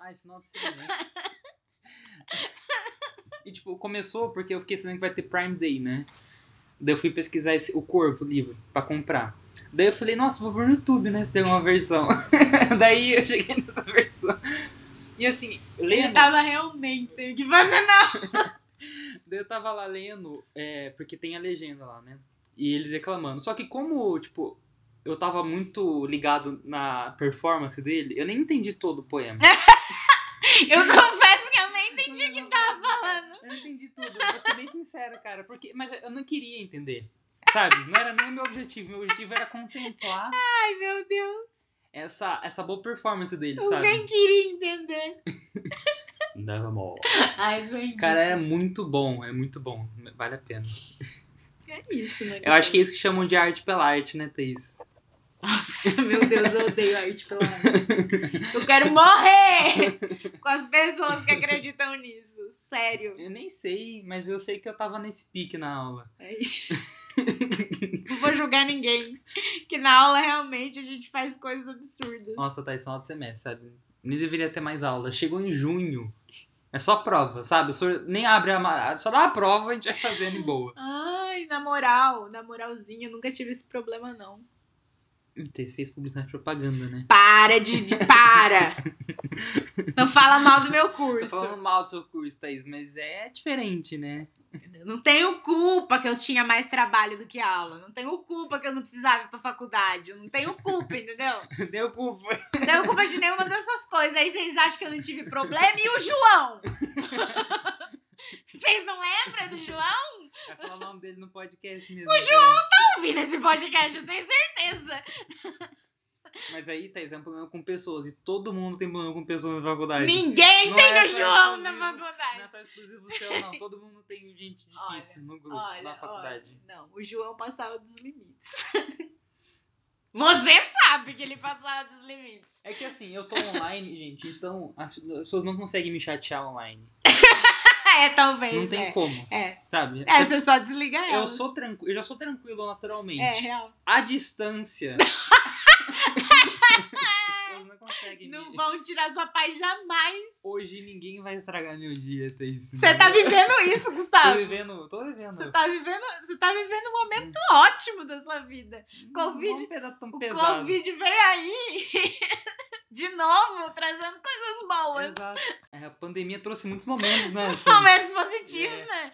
[SPEAKER 1] Ai, final de semana. e, tipo, começou porque eu fiquei sabendo que vai ter Prime Day, né? Daí eu fui pesquisar esse, o Corvo, o livro, pra comprar. Daí eu falei, nossa, vou ver no YouTube, né, se tem uma versão. Daí eu cheguei nessa versão. E assim,
[SPEAKER 2] Eu
[SPEAKER 1] lendo,
[SPEAKER 2] tava realmente sem o que fazer.
[SPEAKER 1] daí eu tava lá lendo, é, porque tem a legenda lá, né? E ele reclamando. Só que como, tipo, eu tava muito ligado na performance dele, eu nem entendi todo o poema.
[SPEAKER 2] Eu confesso que eu nem entendi o que tava falando.
[SPEAKER 1] Eu não entendi tudo, eu vou ser bem sincero, cara. Porque, mas eu não queria entender. Sabe? Não era nem o meu objetivo. Meu objetivo era contemplar
[SPEAKER 2] Ai, meu Deus.
[SPEAKER 1] essa, essa boa performance dele,
[SPEAKER 2] Eu
[SPEAKER 1] sabe?
[SPEAKER 2] nem queria entender.
[SPEAKER 1] Nevermore.
[SPEAKER 2] Ai, gente.
[SPEAKER 1] Cara, é muito bom, é muito bom. Vale a pena.
[SPEAKER 2] é isso, né?
[SPEAKER 1] Eu acho que é isso que chamam de arte pela arte, né, Thaís?
[SPEAKER 2] Nossa, meu Deus, eu odeio arte pela arte. Eu quero morrer com as pessoas que acreditam nisso. Sério.
[SPEAKER 1] Eu nem sei, mas eu sei que eu tava nesse pique na aula.
[SPEAKER 2] É isso. Não vou julgar ninguém. Que na aula realmente a gente faz coisas absurdas.
[SPEAKER 1] Nossa, Thaís, só outro semestre, sabe? Nem deveria ter mais aula. Chegou em junho. É só prova, sabe? Só- nem abre a. ma- Só dá a prova e a gente vai fazendo em boa.
[SPEAKER 2] Ai, na moral, na moralzinha, nunca tive esse problema, não.
[SPEAKER 1] Thaís fez publicidade e propaganda, né?
[SPEAKER 2] Para de. de- para! Não fala mal do meu
[SPEAKER 1] Tô
[SPEAKER 2] curso.
[SPEAKER 1] falando mal do seu curso, Thaís, mas é diferente, né?
[SPEAKER 2] Eu Não tenho culpa que eu tinha mais trabalho do que aula. Não tenho culpa que eu não precisava ir pra faculdade. Eu não tenho culpa, entendeu?
[SPEAKER 1] Deu culpa.
[SPEAKER 2] Não tenho culpa de nenhuma dessas coisas. Aí vocês acham que eu não tive problema. E o João? Vocês não lembram do João?
[SPEAKER 1] Vai falar o nome dele no podcast mesmo. O João
[SPEAKER 2] Eu vi nesse podcast, eu tenho certeza.
[SPEAKER 1] Mas aí, Thaís, é um problema com pessoas. E todo mundo tem problema com pessoas na faculdade.
[SPEAKER 2] Ninguém
[SPEAKER 1] Não
[SPEAKER 2] tem
[SPEAKER 1] é
[SPEAKER 2] o
[SPEAKER 1] só
[SPEAKER 2] João na
[SPEAKER 1] exclusivo, Não é
[SPEAKER 2] faculdade.
[SPEAKER 1] só exclusivo seu, não. Todo mundo tem gente difícil no grupo,
[SPEAKER 2] Olha,
[SPEAKER 1] na faculdade.
[SPEAKER 2] olha, não, o João passava dos limites. Você sabe que ele passava dos limites.
[SPEAKER 1] É que assim, eu tô online, gente, então as as pessoas não conseguem me chatear online.
[SPEAKER 2] É, talvez.
[SPEAKER 1] Não tem
[SPEAKER 2] é.
[SPEAKER 1] como,
[SPEAKER 2] É,
[SPEAKER 1] sabe?
[SPEAKER 2] é, você só desliga
[SPEAKER 1] Eu,
[SPEAKER 2] ela.
[SPEAKER 1] sou tranquilo, eu já sou tranquilo naturalmente.
[SPEAKER 2] É, real.
[SPEAKER 1] A distância. as pessoas não conseguem.
[SPEAKER 2] Não
[SPEAKER 1] me-
[SPEAKER 2] vão tirar sua paz jamais.
[SPEAKER 1] Hoje ninguém vai estragar meu dia, Thaís.
[SPEAKER 2] Você tá vivendo isso,
[SPEAKER 1] Tô
[SPEAKER 2] Gustavo.
[SPEAKER 1] vivendo, tô vivendo.
[SPEAKER 2] Você tá vivendo, você tá vivendo um momento ótimo da sua vida. Covid-
[SPEAKER 1] Não é um pedaço tão
[SPEAKER 2] O
[SPEAKER 1] pesado.
[SPEAKER 2] Covid veio aí de novo, trazendo coisas boas.
[SPEAKER 1] Exato. É, a pandemia trouxe muitos momentos, né? assim,
[SPEAKER 2] Momentos positivos,
[SPEAKER 1] É.
[SPEAKER 2] né?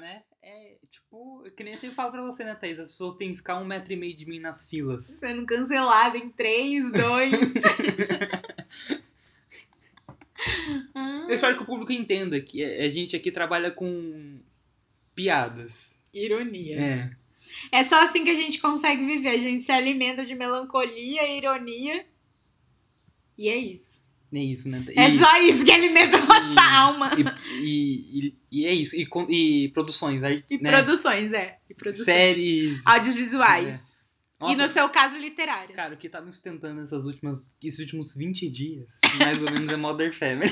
[SPEAKER 1] né? É tipo, que nem eu sempre falo pra você, né, Thaís? As pessoas têm que ficar um metro e meio de mim nas filas.
[SPEAKER 2] Sendo cancelada em 3, 2.
[SPEAKER 1] Eu espero que o público entenda que a gente aqui trabalha com piadas.
[SPEAKER 2] Ironia.
[SPEAKER 1] É.
[SPEAKER 2] É só assim que a gente consegue viver. A gente se alimenta de melancolia e ironia. E é isso.
[SPEAKER 1] É isso, né? Thaís?
[SPEAKER 2] É só isso que alimenta a nossa
[SPEAKER 1] e-
[SPEAKER 2] alma.
[SPEAKER 1] E, e, e é isso. E, con- e produções, ar-
[SPEAKER 2] E
[SPEAKER 1] né?
[SPEAKER 2] produções, é. E produções.
[SPEAKER 1] séries. É.
[SPEAKER 2] Audiovisuais.
[SPEAKER 1] Nossa,
[SPEAKER 2] E no seu caso, literárias.
[SPEAKER 1] Cara, o que tá me sustentando essas últimas, esses últimos 20 dias, mais ou menos, é Mother Family.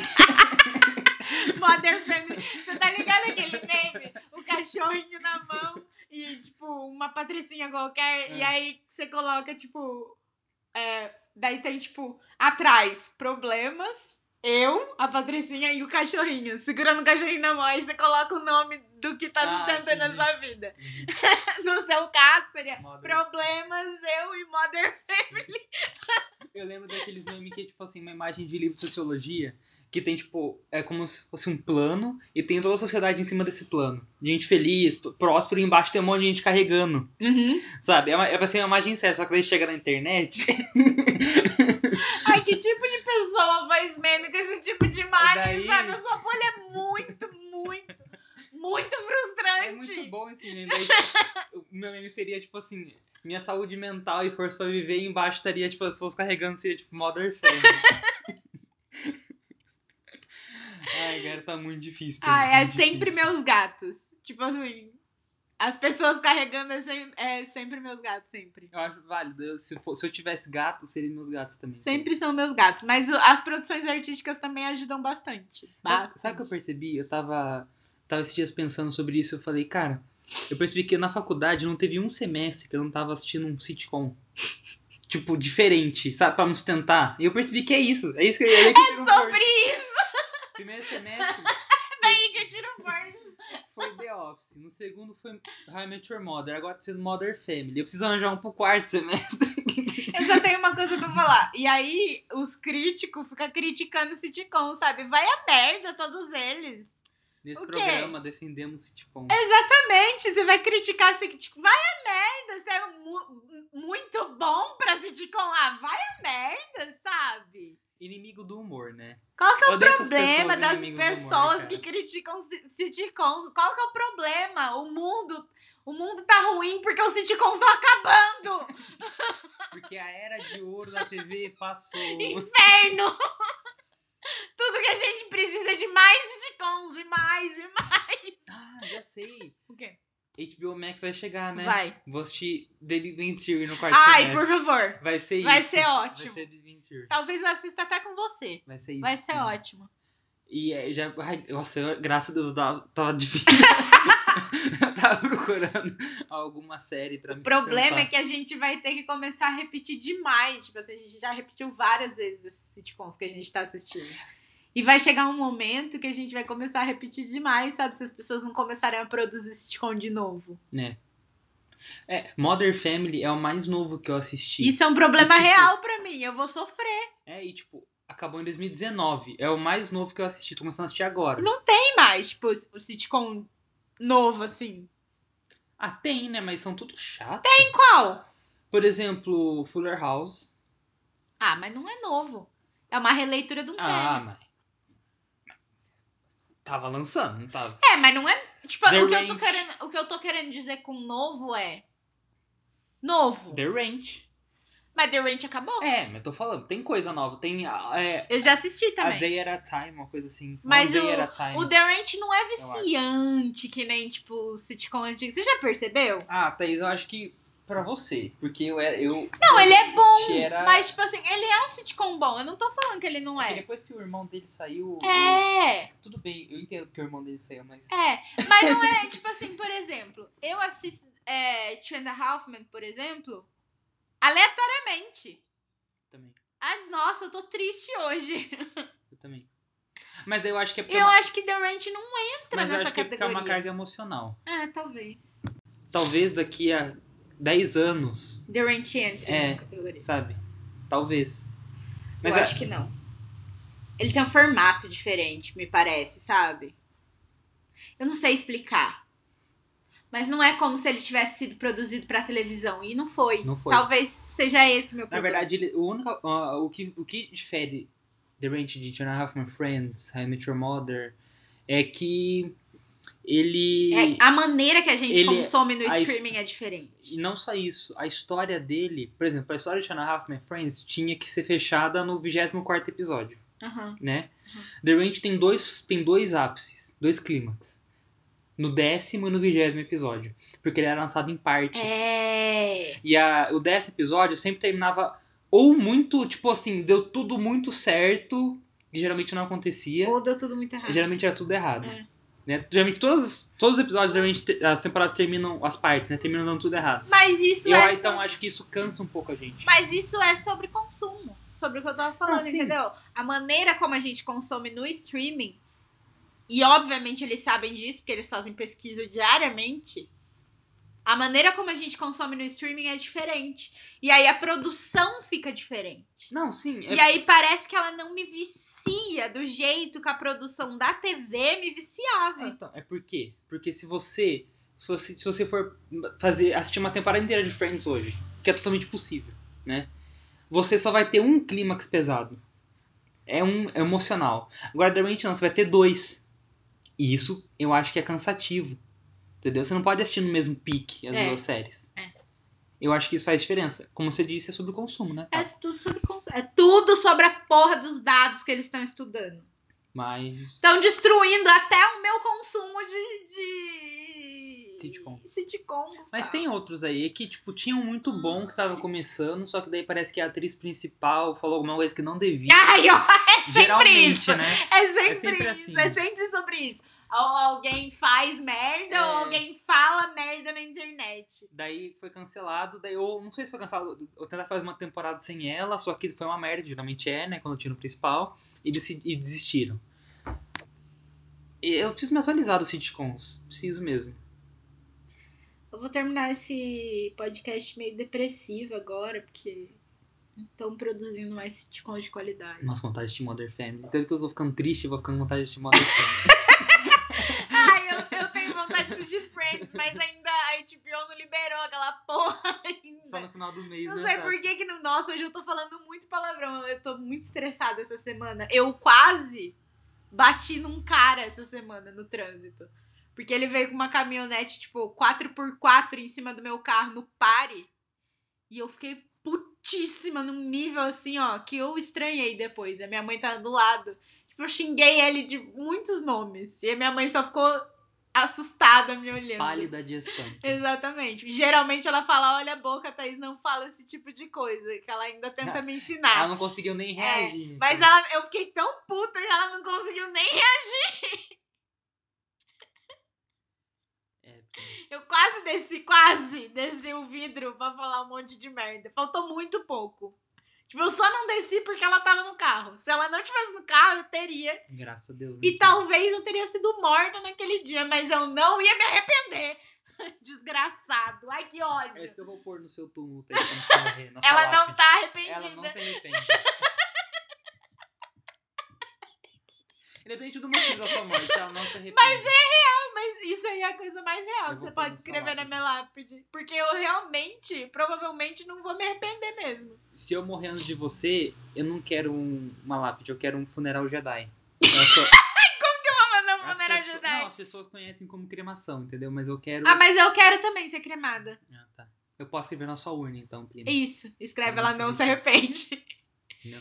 [SPEAKER 2] Mother Family. Você tá ligado aquele meme? O cachorrinho na mão e, tipo, uma patricinha qualquer. E
[SPEAKER 1] É.
[SPEAKER 2] aí você coloca, tipo. é, daí tem, tipo, atrás, problemas. Eu, a Patricinha e o cachorrinho. Segurando o cachorrinho na mão, aí você coloca o nome do que tá
[SPEAKER 1] Ah,
[SPEAKER 2] sustentando a
[SPEAKER 1] entendi. Uhum.
[SPEAKER 2] sua vida. No seu caso, seria
[SPEAKER 1] Mother
[SPEAKER 2] problemas, eu e Mother
[SPEAKER 1] Eu lembro daqueles memes que é tipo assim, uma imagem de livro de sociologia, que tem tipo, é como se fosse um plano, e tem toda a sociedade em cima desse plano. Gente feliz, p- próspera, e embaixo tem um monte de gente carregando, sabe? É, uma, é pra ser uma imagem séria, só que daí chega na internet,
[SPEAKER 2] Ai, que tipo de pessoa faz meme com esse tipo de imagem,
[SPEAKER 1] Daí-
[SPEAKER 2] sabe? Eu só folha é muito, muito, muito frustrante.
[SPEAKER 1] é muito bom esse meme. Daí, o meu meme seria tipo assim, minha saúde mental e força pra viver, e embaixo estaria tipo, as pessoas carregando, seria tipo, mother family. Ai, cara, tá muito difícil. tá
[SPEAKER 2] Ah, é
[SPEAKER 1] muito
[SPEAKER 2] sempre
[SPEAKER 1] difícil.
[SPEAKER 2] meus gatos. Tipo assim, as pessoas carregando é sem- é sempre, meus gatos, sempre.
[SPEAKER 1] Eu acho válido. Eu- se, for- se eu tivesse gato, seriam meus gatos também.
[SPEAKER 2] Sempre são meus gatos. Mas o- as produções artísticas também ajudam bastante.
[SPEAKER 1] Sabe,
[SPEAKER 2] Bastante.
[SPEAKER 1] sabe o que eu percebi? Eu tava, tava esses dias pensando sobre isso. Eu falei, cara, eu percebi que na faculdade não teve um semestre que eu não tava assistindo um sitcom. tipo, diferente, sabe? Pra nos tentar. E eu percebi que é isso. É isso que eu é aí que eu tiro um
[SPEAKER 2] Sobre
[SPEAKER 1] corte.
[SPEAKER 2] isso
[SPEAKER 1] Primeiro semestre
[SPEAKER 2] daí que eu tiro força.
[SPEAKER 1] foi The Office. No segundo foi How I Met Your Mother. Agora tá sendo Mother Family. Eu preciso arranjar um pro quarto semestre.
[SPEAKER 2] Eu só tenho uma coisa pra falar. E aí, os críticos ficam criticando o sitcom, sabe? Vai a merda, todos eles.
[SPEAKER 1] Nesse
[SPEAKER 2] O quê? É
[SPEAKER 1] programa defendemos sitcom.
[SPEAKER 2] Exatamente, você vai criticar sitcom. Vai a merda, você é mu- muito bom pra sitcom. Ah, vai a merda, sabe?
[SPEAKER 1] Inimigo do humor, né?
[SPEAKER 2] Qual que é o
[SPEAKER 1] Odeio essas
[SPEAKER 2] problema
[SPEAKER 1] pessoas
[SPEAKER 2] das
[SPEAKER 1] inimigas do humor, né,
[SPEAKER 2] pessoas
[SPEAKER 1] cara.
[SPEAKER 2] que criticam si- sitcom? Qual que é o problema? O mundo, o mundo tá ruim porque os sitcoms estão tá acabando.
[SPEAKER 1] Porque a era de ouro da TV passou.
[SPEAKER 2] Inferno. Tudo que a gente precisa é de mais sitcoms e mais e mais.
[SPEAKER 1] Ah, já sei.
[SPEAKER 2] O quê?
[SPEAKER 1] HBO Max vai chegar, né?
[SPEAKER 2] Vai.
[SPEAKER 1] Vou assistir David Venture no quarto
[SPEAKER 2] Ai, por
[SPEAKER 1] semestre.
[SPEAKER 2] favor.
[SPEAKER 1] Vai ser
[SPEAKER 2] Vai
[SPEAKER 1] É isso.
[SPEAKER 2] ser
[SPEAKER 1] Vai
[SPEAKER 2] ótimo.
[SPEAKER 1] ser David Venture.
[SPEAKER 2] Talvez eu assista até com você.
[SPEAKER 1] Vai ser isso.
[SPEAKER 2] Vai ser
[SPEAKER 1] né?
[SPEAKER 2] ótimo.
[SPEAKER 1] E aí já. Ai, nossa, eu- graças a Deus dava- tava difícil. Eu tava procurando alguma série pra me
[SPEAKER 2] O problema é
[SPEAKER 1] sustentar.
[SPEAKER 2] que a gente vai ter que começar a repetir demais. Tipo assim, a gente já repetiu várias vezes esses sitcoms que a gente tá assistindo. E vai chegar um momento que a gente vai começar a repetir demais, sabe? Se as pessoas não começarem a produzir sitcom de novo.
[SPEAKER 1] É, Modern Family é o mais novo que eu assisti.
[SPEAKER 2] Isso é um problema
[SPEAKER 1] E, tipo,
[SPEAKER 2] real pra mim. Eu vou sofrer.
[SPEAKER 1] É, e tipo, acabou em 2019. É o mais novo que eu assisti. Tô começando a assistir agora.
[SPEAKER 2] Não tem mais, tipo, o sitcom novo, assim.
[SPEAKER 1] Ah, tem, né? Mas são tudo chato.
[SPEAKER 2] Tem qual?
[SPEAKER 1] Por exemplo, Fuller House.
[SPEAKER 2] Ah, mas não é novo. É uma releitura de um
[SPEAKER 1] Ah,
[SPEAKER 2] velho.
[SPEAKER 1] mas. Tava lançando, não tava?
[SPEAKER 2] É, mas não é. Tipo,
[SPEAKER 1] The
[SPEAKER 2] o que, eu tô
[SPEAKER 1] Ranch.
[SPEAKER 2] querendo, o que eu tô querendo dizer com novo é. Novo.
[SPEAKER 1] The Ranch.
[SPEAKER 2] Mas The Ranch acabou.
[SPEAKER 1] É, mas tô falando, tem coisa nova. Tem. ah, É,
[SPEAKER 2] Eu já assisti
[SPEAKER 1] a
[SPEAKER 2] também.
[SPEAKER 1] Day at a Time, uma coisa assim.
[SPEAKER 2] Mas
[SPEAKER 1] One Day at a Time.
[SPEAKER 2] O The Ranch não é
[SPEAKER 1] acho.
[SPEAKER 2] viciante, que nem, tipo, sitcom antigo. Você já percebeu?
[SPEAKER 1] Ah, Thaís, eu acho que pra você. Porque eu. era- eu
[SPEAKER 2] Não, ele é bom.
[SPEAKER 1] Era-
[SPEAKER 2] Mas, tipo assim, ele é um sitcom bom. Eu não tô falando que ele não
[SPEAKER 1] Porque
[SPEAKER 2] é.
[SPEAKER 1] depois que o irmão dele saiu.
[SPEAKER 2] É,
[SPEAKER 1] Tudo bem, eu entendo que o irmão dele saiu, mas.
[SPEAKER 2] é. Mas não é, tipo assim, por exemplo, eu assisto é, Two and a Half Men, por exemplo, aleatoriamente.
[SPEAKER 1] Também.
[SPEAKER 2] Ah, nossa, eu tô triste hoje.
[SPEAKER 1] Eu também. Mas daí eu acho que é porque. é
[SPEAKER 2] Eu
[SPEAKER 1] uma-
[SPEAKER 2] acho que The Ranch não entra
[SPEAKER 1] mas eu
[SPEAKER 2] nessa
[SPEAKER 1] acho que é porque é uma
[SPEAKER 2] categoria.
[SPEAKER 1] carga emocional.
[SPEAKER 2] Ah, talvez.
[SPEAKER 1] Talvez daqui a 10 anos,
[SPEAKER 2] The Ranch entra
[SPEAKER 1] É.
[SPEAKER 2] nessa categoria.
[SPEAKER 1] sabe? Talvez. Mas
[SPEAKER 2] eu
[SPEAKER 1] é-
[SPEAKER 2] acho que não. Ele tem um formato diferente, me parece, sabe? Eu não sei explicar. Mas não é como se ele tivesse sido produzido pra televisão. E não foi.
[SPEAKER 1] não foi.
[SPEAKER 2] Talvez seja esse o meu
[SPEAKER 1] Na
[SPEAKER 2] problema.
[SPEAKER 1] verdade, ele- o, único, ah, o, que, o que difere The Ranch de Jonah Huffman Friends, I Met Your Mother, é que ele.
[SPEAKER 2] É, a maneira que a gente
[SPEAKER 1] Ele-
[SPEAKER 2] consome no
[SPEAKER 1] a
[SPEAKER 2] streaming é diferente.
[SPEAKER 1] E não só isso, a história dele, por exemplo, a história de Jonah Huffman Friends tinha que ser fechada no 24 episódio.
[SPEAKER 2] Aham.
[SPEAKER 1] né?
[SPEAKER 2] Uhum.
[SPEAKER 1] The Ranch tem dois, tem dois ápices, dois clímax. No décimo e no vigésimo episódio. Porque ele era lançado em partes.
[SPEAKER 2] É.
[SPEAKER 1] E a- o décimo episódio sempre terminava ou muito, tipo assim, deu tudo muito certo, e geralmente não acontecia.
[SPEAKER 2] Ou deu tudo muito errado.
[SPEAKER 1] e geralmente era tudo errado.
[SPEAKER 2] É.
[SPEAKER 1] Né? Geralmente todos, todos os episódios, geralmente, te- as temporadas terminam, as partes, né? Terminam dando tudo errado.
[SPEAKER 2] Mas isso
[SPEAKER 1] E eu,
[SPEAKER 2] é. só-
[SPEAKER 1] então, acho que isso cansa um pouco a gente.
[SPEAKER 2] Mas isso é sobre consumo. Sobre o que eu tava falando,
[SPEAKER 1] Não, sim.
[SPEAKER 2] entendeu? A maneira como a gente consome no streaming. E obviamente eles sabem disso, porque eles fazem pesquisa diariamente. A maneira como a gente consome no streaming é diferente. E aí a produção fica diferente.
[SPEAKER 1] Não, sim. é-
[SPEAKER 2] E aí parece que ela não me vicia do jeito que a produção da TV me
[SPEAKER 1] É,
[SPEAKER 2] viciava.
[SPEAKER 1] Então, é por quê? Porque se você, se você, se você for fazer, assistir uma temporada inteira de Friends hoje, que é totalmente possível, né? Você só vai ter um clímax pesado. É um é emocional. Agora, The Ranch não, você vai ter dois. E isso eu acho que é cansativo. Entendeu? Você não pode assistir no mesmo pique as
[SPEAKER 2] É.
[SPEAKER 1] duas séries.
[SPEAKER 2] É.
[SPEAKER 1] Eu acho que isso faz diferença. Como você disse, é sobre o consumo, né?
[SPEAKER 2] É tudo sobre consumo. É tudo sobre a porra dos dados que eles estão estudando.
[SPEAKER 1] Mas.
[SPEAKER 2] Estão destruindo até o meu consumo de. de...
[SPEAKER 1] Sitcom.
[SPEAKER 2] Sitcom,
[SPEAKER 1] Mas
[SPEAKER 2] Gustavo.
[SPEAKER 1] tem outros aí que, tipo, tinham muito bom que tava começando, só que daí parece que a atriz principal falou alguma coisa que não devia.
[SPEAKER 2] Ai, ó, é sempre
[SPEAKER 1] Geralmente,
[SPEAKER 2] isso.
[SPEAKER 1] né?
[SPEAKER 2] É sempre,
[SPEAKER 1] É sempre
[SPEAKER 2] isso.
[SPEAKER 1] assim.
[SPEAKER 2] É sempre sobre isso. Ou alguém faz merda,
[SPEAKER 1] É.
[SPEAKER 2] ou alguém fala merda na internet.
[SPEAKER 1] Daí foi cancelado, daí eu não sei se foi cancelado, eu tentar fazer uma temporada sem ela, só que foi uma merda, geralmente é, né, quando tinha no principal, e, desi- e desistiram. E Eu preciso me atualizar dos sitcoms, preciso mesmo.
[SPEAKER 2] Eu vou terminar esse podcast meio depressivo agora, porque não estão produzindo mais sitcoms de qualidade.
[SPEAKER 1] Nossa, vontade de Modern Family. Tanto que eu tô ficando triste, eu vou ficando com vontade de Modern Family.
[SPEAKER 2] de Friends, mas ainda a HBO não liberou aquela porra ainda.
[SPEAKER 1] Só no final do mês,
[SPEAKER 2] Não
[SPEAKER 1] né?
[SPEAKER 2] sei
[SPEAKER 1] tá?
[SPEAKER 2] por que que não. Nossa, hoje eu tô falando muito palavrão. Eu tô muito estressada essa semana. Eu quase bati num cara essa semana no trânsito. Porque ele veio com uma caminhonete, tipo, 4x4 em cima do meu carro no pare. E eu fiquei putíssima num nível assim, ó, que eu estranhei depois. A minha mãe tá do lado. Tipo, eu xinguei ele de muitos nomes. E a minha mãe só ficou assustada me olhando.
[SPEAKER 1] Pálida de espanto.
[SPEAKER 2] Exatamente. Geralmente ela fala, olha a boca, Thaís não fala esse tipo de coisa, que ela ainda tenta me
[SPEAKER 1] Ah, Ela
[SPEAKER 2] ensinar.
[SPEAKER 1] não conseguiu nem
[SPEAKER 2] É,
[SPEAKER 1] reagir.
[SPEAKER 2] Mas ela, eu fiquei tão puta que ela não conseguiu nem reagir.
[SPEAKER 1] É,
[SPEAKER 2] Eu quase desci, quase desci o vidro pra falar um monte de merda. Faltou muito pouco. Tipo, eu só não desci porque ela tava no carro. Se ela não tivesse no carro, eu teria.
[SPEAKER 1] graças a Deus. né?
[SPEAKER 2] E talvez eu teria sido morta naquele dia, mas eu não ia me arrepender. Desgraçado. Ai, que
[SPEAKER 1] É isso
[SPEAKER 2] ódio.
[SPEAKER 1] que eu vou pôr no seu túmulo, Thaís, quando você morrer. na sua
[SPEAKER 2] Ela não
[SPEAKER 1] lápide.
[SPEAKER 2] tá arrependida.
[SPEAKER 1] Ela não se arrepende. Independente é do motivo da sua morte, ela não se arrepende. Mas
[SPEAKER 2] é Mas isso aí é a coisa mais real
[SPEAKER 1] Eu
[SPEAKER 2] que
[SPEAKER 1] vou
[SPEAKER 2] você
[SPEAKER 1] pôr
[SPEAKER 2] pode
[SPEAKER 1] no
[SPEAKER 2] escrever na
[SPEAKER 1] salário.
[SPEAKER 2] minha lápide. Porque eu realmente, provavelmente, não vou me arrepender mesmo.
[SPEAKER 1] Se eu morrer antes de você, eu não quero um- uma lápide, eu quero um funeral Jedi. Eu sou-
[SPEAKER 2] Vou mandar um
[SPEAKER 1] as
[SPEAKER 2] funeral
[SPEAKER 1] pessoas-
[SPEAKER 2] Jedi.
[SPEAKER 1] Não, as pessoas conhecem como cremação, entendeu? Mas eu quero.
[SPEAKER 2] Ah, mas eu quero também ser cremada.
[SPEAKER 1] Ah, tá. Eu posso escrever na sua urna, então, prima.
[SPEAKER 2] Isso. Escreve,
[SPEAKER 1] Eu não
[SPEAKER 2] ela não se
[SPEAKER 1] sei.
[SPEAKER 2] arrepende.
[SPEAKER 1] Não.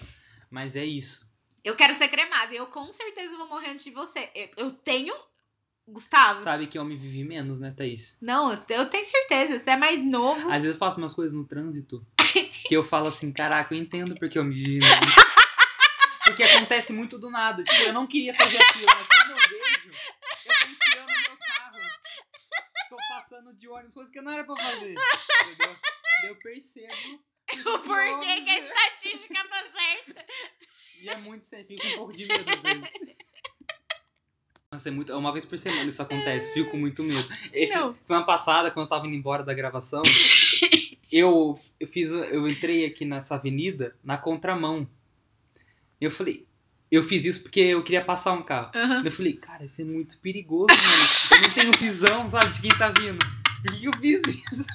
[SPEAKER 1] Mas é isso.
[SPEAKER 2] Eu quero ser cremada. Eu com certeza vou morrer antes de você. Eu, eu tenho. Gustavo.
[SPEAKER 1] Sabe que homem vive menos, né, Thaís?
[SPEAKER 2] Não, eu te- eu tenho certeza. Você é mais novo.
[SPEAKER 1] Às vezes eu faço umas coisas no trânsito que eu falo assim, caraca, eu entendo porque homem vive menos. Porque acontece muito do nada. Tipo, eu não queria fazer aquilo, mas quando eu vejo, eu tô enfiando no meu carro. Tô passando de ônibus, coisa que eu não era pra fazer. Entendeu? Daí Eu percebo.
[SPEAKER 2] O porquê que a
[SPEAKER 1] homem-
[SPEAKER 2] estatística tá certa.
[SPEAKER 1] E é muito sério, fico com um pouco de medo às vezes. Nossa, é muito. é Uma vez por semana isso acontece, fico com muito medo. Esse,
[SPEAKER 2] Não.
[SPEAKER 1] semana passada, quando eu tava indo embora da gravação, eu, eu fiz. o- Eu entrei aqui nessa avenida na contramão. Eu falei. Eu fiz isso porque eu queria passar um carro.
[SPEAKER 2] Aham.
[SPEAKER 1] Eu falei, cara, isso é muito perigoso, mano. Eu não tenho visão, sabe, de quem tá vindo. Por que que eu fiz isso?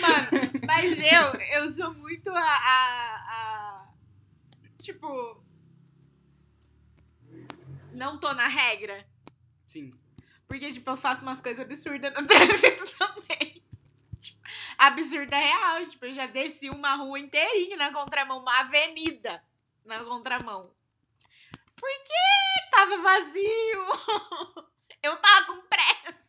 [SPEAKER 2] Mano, mas eu, eu sou muito a, a- a- Tipo. Não tô na regra.
[SPEAKER 1] Sim.
[SPEAKER 2] Porque, tipo, eu faço umas coisas absurdas no trânsito também. Tipo, Absurda real. Tipo, eu já desci uma rua inteirinha na contramão, uma avenida na contramão. Porque tava vazio. Eu tava com pressa.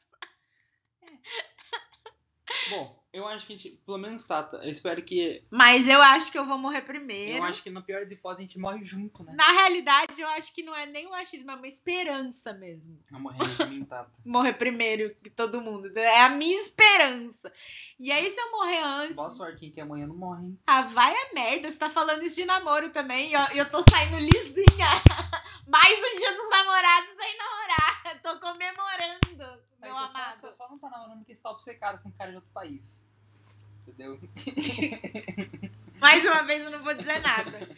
[SPEAKER 1] Bom, eu acho que a gente, pelo menos tá. Eu espero que.
[SPEAKER 2] Mas eu acho que eu vou morrer primeiro.
[SPEAKER 1] Eu acho que na pior das hipóteses a gente morre junto, né?
[SPEAKER 2] Na realidade, eu acho que não é nem um achismo, é uma esperança mesmo.
[SPEAKER 1] Tá morrendo de mim, Tata.
[SPEAKER 2] Morrer primeiro que todo mundo. É a minha esperança. E aí, se eu morrer antes.
[SPEAKER 1] Boa sorte, hein, que amanhã não morre, hein?
[SPEAKER 2] Ah, vai a merda. Você tá falando isso de namoro também. E eu, eu tô saindo lisinha. Mais um dia dos namorados sem namorar. Tô comemorando, meu
[SPEAKER 1] Aí você
[SPEAKER 2] amado.
[SPEAKER 1] Só, você só não tá namorando porque você tá obcecado com um cara de outro país. Entendeu?
[SPEAKER 2] Mais uma vez, eu não vou dizer nada.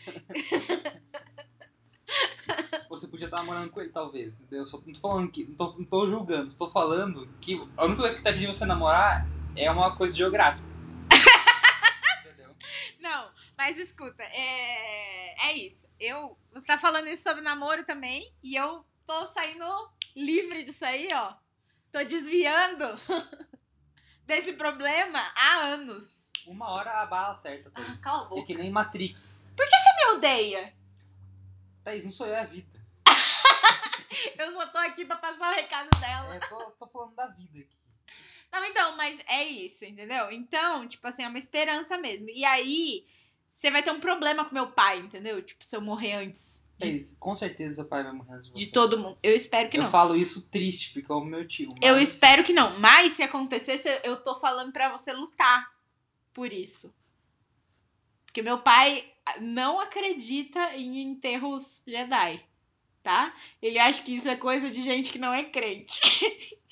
[SPEAKER 1] Ou Você podia estar namorando com ele, talvez. Entendeu? Eu só não tô falando que. Não tô, não tô julgando, tô falando que a única coisa que tá impedindo você namorar é uma coisa geográfica. entendeu?
[SPEAKER 2] Não, mas escuta, é, é isso. Eu, você tá falando isso sobre namoro também, e eu tô saindo livre disso aí, ó. Tô desviando desse problema há anos.
[SPEAKER 1] Uma hora a bala acerta,
[SPEAKER 2] Ah,
[SPEAKER 1] Thaís.
[SPEAKER 2] cala a boca.
[SPEAKER 1] é que nem Matrix.
[SPEAKER 2] Você me odeia?
[SPEAKER 1] Thaís, não sou eu, é a vida.
[SPEAKER 2] Eu só tô aqui pra passar o recado dela.
[SPEAKER 1] É, tô, tô falando da vida aqui.
[SPEAKER 2] Não, então, mas é isso, entendeu? Então, tipo assim, é uma esperança mesmo. E aí, você vai ter um problema com meu pai, entendeu? Tipo, se eu morrer antes
[SPEAKER 1] Thaís, com certeza seu pai vai morrer antes de você.
[SPEAKER 2] de todo mundo. Eu espero que
[SPEAKER 1] eu
[SPEAKER 2] não.
[SPEAKER 1] falo isso triste, porque é o meu tio.
[SPEAKER 2] Eu
[SPEAKER 1] mas-
[SPEAKER 2] espero que não. Mas se acontecesse, eu tô falando pra você lutar por isso. Porque meu pai não acredita em enterros Jedi, tá? Ele acha que isso é coisa de gente que não é crente.